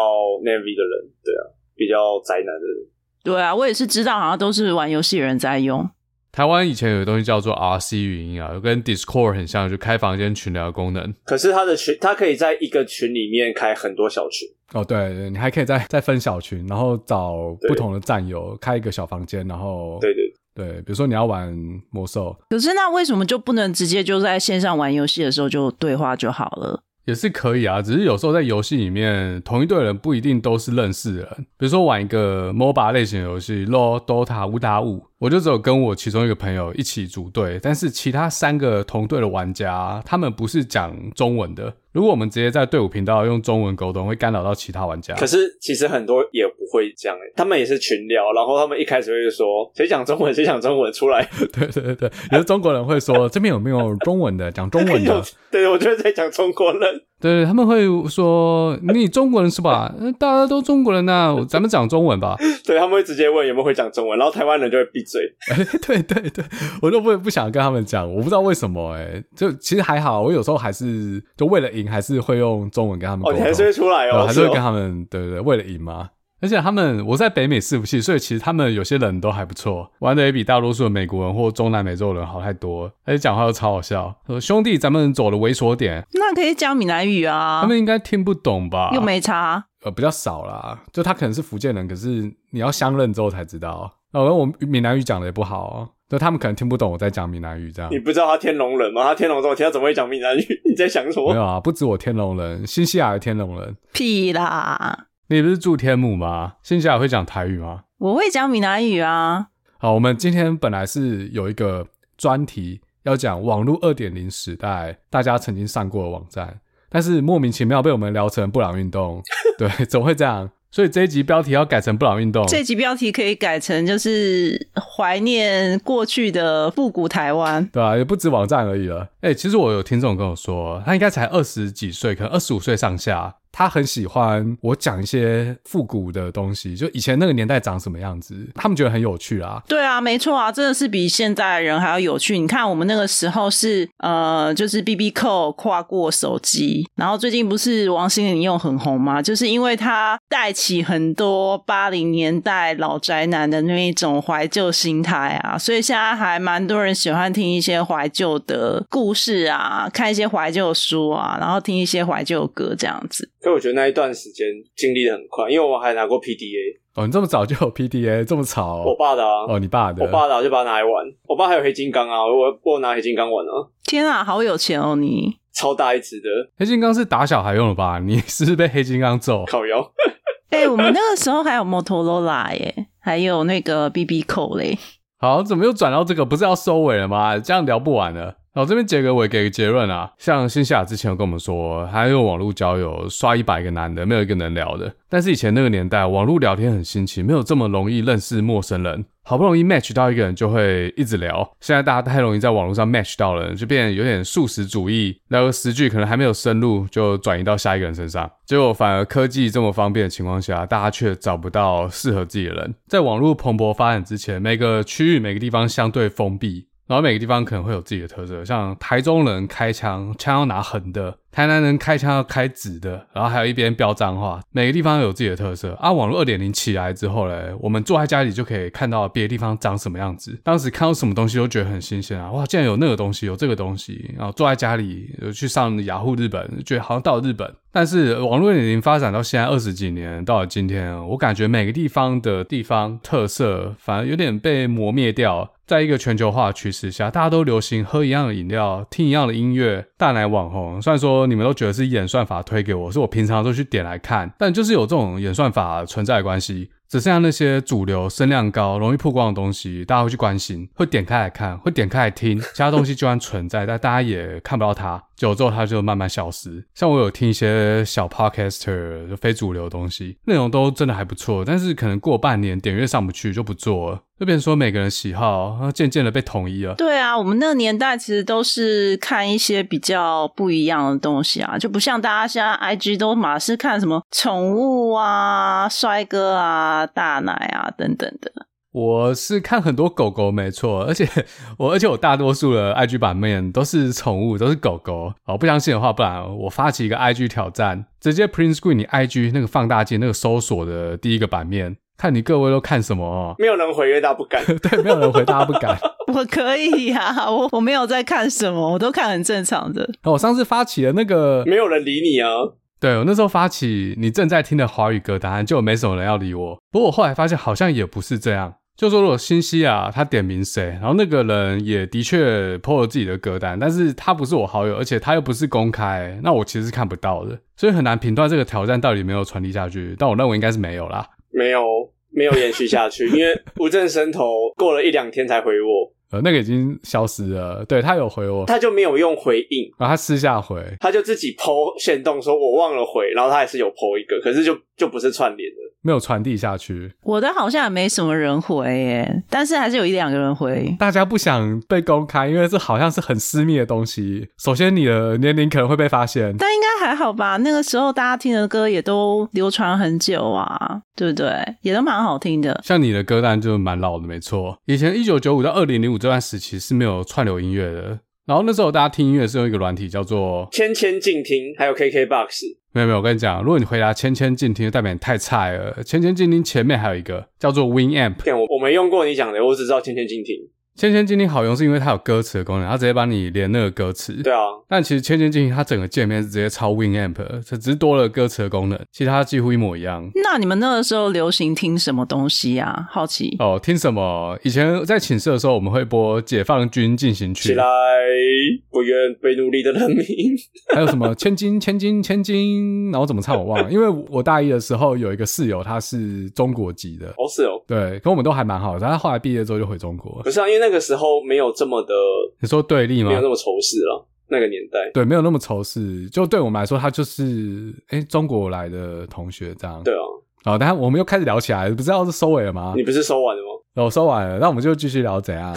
Speaker 3: navy 的人，对啊，比较宅男的人。
Speaker 2: 对啊，我也是知道，好像都是玩游戏的人在用。
Speaker 1: 台湾以前有个东西叫做 RC 语音啊，跟 Discord 很像，就开房间群聊的功能。
Speaker 3: 可是他的群，他可以在一个群里面开很多小群。
Speaker 1: 哦，对，对你还可以再再分小群，然后找不同的战友开一个小房间，然后
Speaker 3: 对对
Speaker 1: 对，啊比如说你要玩魔兽，
Speaker 2: 可是那为什么就不能直接就在线上玩游戏的时候就对话就好了？
Speaker 1: 也是可以啊，只是有时候在游戏里面，同一队人不一定都是认识的人。比如说玩一个 MOBA 类型的游戏，LO、DOTA 五打五，我就只有跟我其中一个朋友一起组队，但是其他三个同队的玩家，他们不是讲中文的。如果我们直接在队伍频道用中文沟通，会干扰到其他玩家。
Speaker 3: 可是其实很多也不会这样、欸，他们也是群聊，然后他们一开始会说谁讲中文谁讲中文出来，
Speaker 1: 对对对对，有的中国人会 说这边有没有中文的，讲中文的。
Speaker 3: 对我就是在讲中国人，
Speaker 1: 对，他们会说你中国人是吧？ 呃大家都中国人呐、我咱们讲中文吧。
Speaker 3: 对他们会直接问有没有会讲中文，然后台湾人就会闭嘴。
Speaker 1: 对对对，我都不不想跟他们讲，我不知道为什么哎、就其实还好，我有时候还是就为了赢，还是会用中文跟他们沟
Speaker 3: 哦，
Speaker 1: 通，
Speaker 3: 你还是会出来
Speaker 1: 对啊
Speaker 3: 哦，
Speaker 1: 还是会
Speaker 3: 哦
Speaker 1: 跟他们对对对，为了赢嘛。而且他们，我在北美伺服器，所以其实他们有些人都还不错，玩的也比大多数的美国人或中南美洲人好太多了，而且讲话又超好笑。说兄弟，咱们走了猥琐点，
Speaker 2: 那可以讲闽南语啊
Speaker 1: 他，们应该听不懂吧？
Speaker 2: 又没差。
Speaker 1: 呃比较少啦，就他可能是福建人，可是你要相认之后才知道。哦然后我闽南语讲的也不好、哦，就他们可能听不懂我在讲闽南语这样
Speaker 3: 你。不知道他天龙人吗？他天龙中天，他怎么会讲闽南语？你在想什
Speaker 1: 没
Speaker 3: 么？
Speaker 1: 有啊，不止我天龙人，新西兰的天龙人，
Speaker 2: 屁啦！
Speaker 1: 你不是住天母吗？新西兰会讲台语吗？
Speaker 2: 我会讲闽南语啊，
Speaker 1: 好，我们今天本来是有一个专题要讲网络二点零时代大家曾经上过的网站，但是莫名其妙被我们聊成布朗运动， 对，怎么会这样？所以这一集标题要改成布朗运动。
Speaker 2: 这集标题可以改成就是怀念过去的复古台湾。
Speaker 1: 对啊，也不止网站而已了。哎、其实我有听众跟我说，他应该才二十几岁，可能二十五岁上下。他很喜欢我讲一些复古的东西，就以前那个年代长什么样子，他们觉得很有趣啊。
Speaker 2: 对啊，没错啊，真的是比现在人还要有趣。你看，我们那个时候是呃，就是 B B 扣跨过手机，然后最近不是王心凌又很红吗？就是因为她带起很多八零年代老宅男的那一种怀旧心态啊，所以现在还蛮多人喜欢听一些怀旧的故事啊，看一些怀旧书啊，然后听一些怀旧歌这样子。
Speaker 3: 可我觉得那一段时间经历的很快，因为我还拿过 PDA，
Speaker 1: 哦，你这么早就有 PDA，这么吵
Speaker 3: 我
Speaker 1: 哦？
Speaker 3: 爸的啊，
Speaker 1: 哦你爸的？
Speaker 3: 我爸的啊就把它拿来玩。我爸还有黑金刚啊，我我有拿黑金刚玩啊，
Speaker 2: 天啊，好有钱哦你！
Speaker 3: 超大一只的
Speaker 1: 黑金刚是打小孩用的吧？你是不是被黑金刚 揍？
Speaker 3: 烤腰。
Speaker 2: 哎、我们那个时候还有 Motorola 耶，还有那个 B B 扣嘞。
Speaker 1: 好，怎么又转到这个？不是要收尾了吗？这样聊不完了。好，这边结个尾，给个结论啊。像新西亚之前有跟我们说，他用网络交友刷一百个男的，没有一个能聊的。但是以前那个年代，网络聊天很新奇，没有这么容易认识陌生人。好不容易 match 到一个人，就会一直聊。现在大家太容易在网络上 match 到人，就变得有点素食主义，聊个十句可能还没有深入，就转移到下一个人身上。结果反而科技这么方便的情况下，大家却找不到适合自己的人。在网络蓬勃发展之前，每个区域、每个地方相对封闭，然后每个地方可能会有自己的特色，像台中人开枪，枪要拿横的；台南人开枪要开直的，然后还有一边飙脏话。每个地方有自己的特色啊。网络二点零起来之后嘞，我们坐在家里就可以看到别的地方长什么样子。当时看到什么东西都觉得很新鲜啊！哇，竟然有那个东西，有这个东西。然后坐在家里有去上雅虎日本，觉得好像到了日本。但是网络已经发展到现在二十几年，到了今天，我感觉每个地方的地方特色反而有点被磨灭掉。在一个全球化的趋势下，大家都流行喝一样的饮料，听一样的音乐，大奶网红。虽然说你们都觉得是演算法推给我，是我平常都去点来看，但就是有这种演算法存在的关系，只剩下那些主流、声量高、容易曝光的东西，大家会去关心，会点开来看，会点开来听。其他东西就算存在，但大家也看不到它。久之后，它就慢慢消失。像我有听一些小 podcaster 就非主流的东西，内容都真的还不错，但是可能过半年点阅上不去就不做了。就变成说每个人喜好，然后渐渐的被统一了。
Speaker 2: 对啊，我们那个年代其实都是看一些比较不一样的东西啊，就不像大家现在 IG 都马是看什么宠物啊、帅哥啊、大奶啊等等的。
Speaker 1: 我是看很多狗狗，没错，而且 我而且我大多数的 IG 版面都是宠物，都是狗狗。哦，不相信的话，不然我发起一个 IG 挑战，直接 print screen 你 IG 那个放大镜那个搜索的第一个版面，看你各位都看什么 哦。
Speaker 3: 没有人回约，大 不敢。
Speaker 1: 对，没有人回，大家不敢。
Speaker 2: 我可以呀、我我没有在看什么，我都看很正常的。
Speaker 1: 我上次发起的那个
Speaker 3: 没有人理你啊！
Speaker 1: 对我那时候发起你正在听的华语歌单，就没什么人要理我。不过我后来发现好像也不是这样，就说如果新西啊，他点名谁，然后那个人也的确 po 了自己的歌单，但是他不是我好友，而且他又不是公开，那我其实是看不到的，所以很难评断这个挑战到底有没有传递下去。但我认为应该是没有啦。
Speaker 3: 没有，没有延续 下去，因为无证伸头过了一两天才回我，
Speaker 1: 呃，那个已经消失了，对他有回我，
Speaker 3: 他就没有用回应，
Speaker 1: 然后他私下回，
Speaker 3: 他就自己剖线动说我忘了回，然后他还是有剖一个，可是就就不是串联的。
Speaker 1: 没有传递下去，
Speaker 2: 我的好像也没什么人回耶，但是还是有一两个人回。
Speaker 1: 大家不想被公开，因为这好像是很私密的东西。首先，你的年龄可能会被发现，
Speaker 2: 但应该还好吧？那个时候大家听的歌也都流传很久啊，对不对？也都蛮好听的。
Speaker 1: 像你的歌单就蛮老的，没错。以前一九九五到二零零五这段时期是没有串流音乐的，然后那时候大家听音乐是用一个软体叫做……
Speaker 3: 千千静听，还有 KKBOX，
Speaker 1: 没有没有，我跟你讲，如果你回答“千千静听”，就代表你太菜了。“千千静听”前面还有一个叫做 Winamp，
Speaker 3: 骗我我没用过你讲的，我只知道千千静听。
Speaker 1: 千千静听好用是因为它有歌词的功能，它直接帮你连那个歌词。
Speaker 3: 对啊，
Speaker 1: 但其实千千静听它整个界面是直接抄 Winamp，的这只是多了歌词的功能，其他几乎一模一样。
Speaker 2: 那你们那个时候流行听什么东西呀、啊？好奇。
Speaker 1: 哦，听什么？以前在寝室的时候，我们会播《解放军进行曲
Speaker 3: 起》来，，不愿被奴隶的人 民。
Speaker 1: 还有什 么“千金千金千金”，然后怎么唱我忘了，因为我大一的时候有一个室友，他是中国籍的，
Speaker 3: 哦，是哦，
Speaker 1: 对，跟我们都还蛮好的。但他后来毕业之后就回中国
Speaker 3: 不。是啊，因为那个时候没有这么的，
Speaker 1: 你说对立吗
Speaker 3: 没有？那么仇视了。那个年代，
Speaker 1: 对，没有那么仇视。就对我们来说，他就是哎、诶中国来的同学这样。
Speaker 3: 对啊，
Speaker 1: 好，但我们又开始聊起来，不知道是收尾了吗？
Speaker 3: 你不是收完了吗？
Speaker 1: 我收哦完了，那我们就继续聊怎样。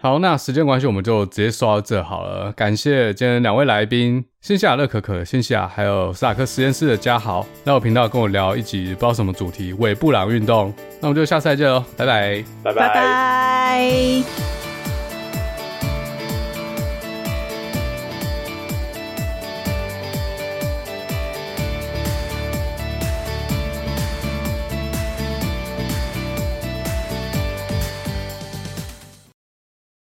Speaker 1: 好，那时间关系，我们就直接说到这好了。感谢今天两位来宾，新西亚乐可可、新西亚，还有斯塔克实验室的嘉豪，来我频道跟我聊一集不知道什么主题——尾布朗运动。那我们就下次再见喽，拜拜。
Speaker 3: 拜
Speaker 2: 拜拜。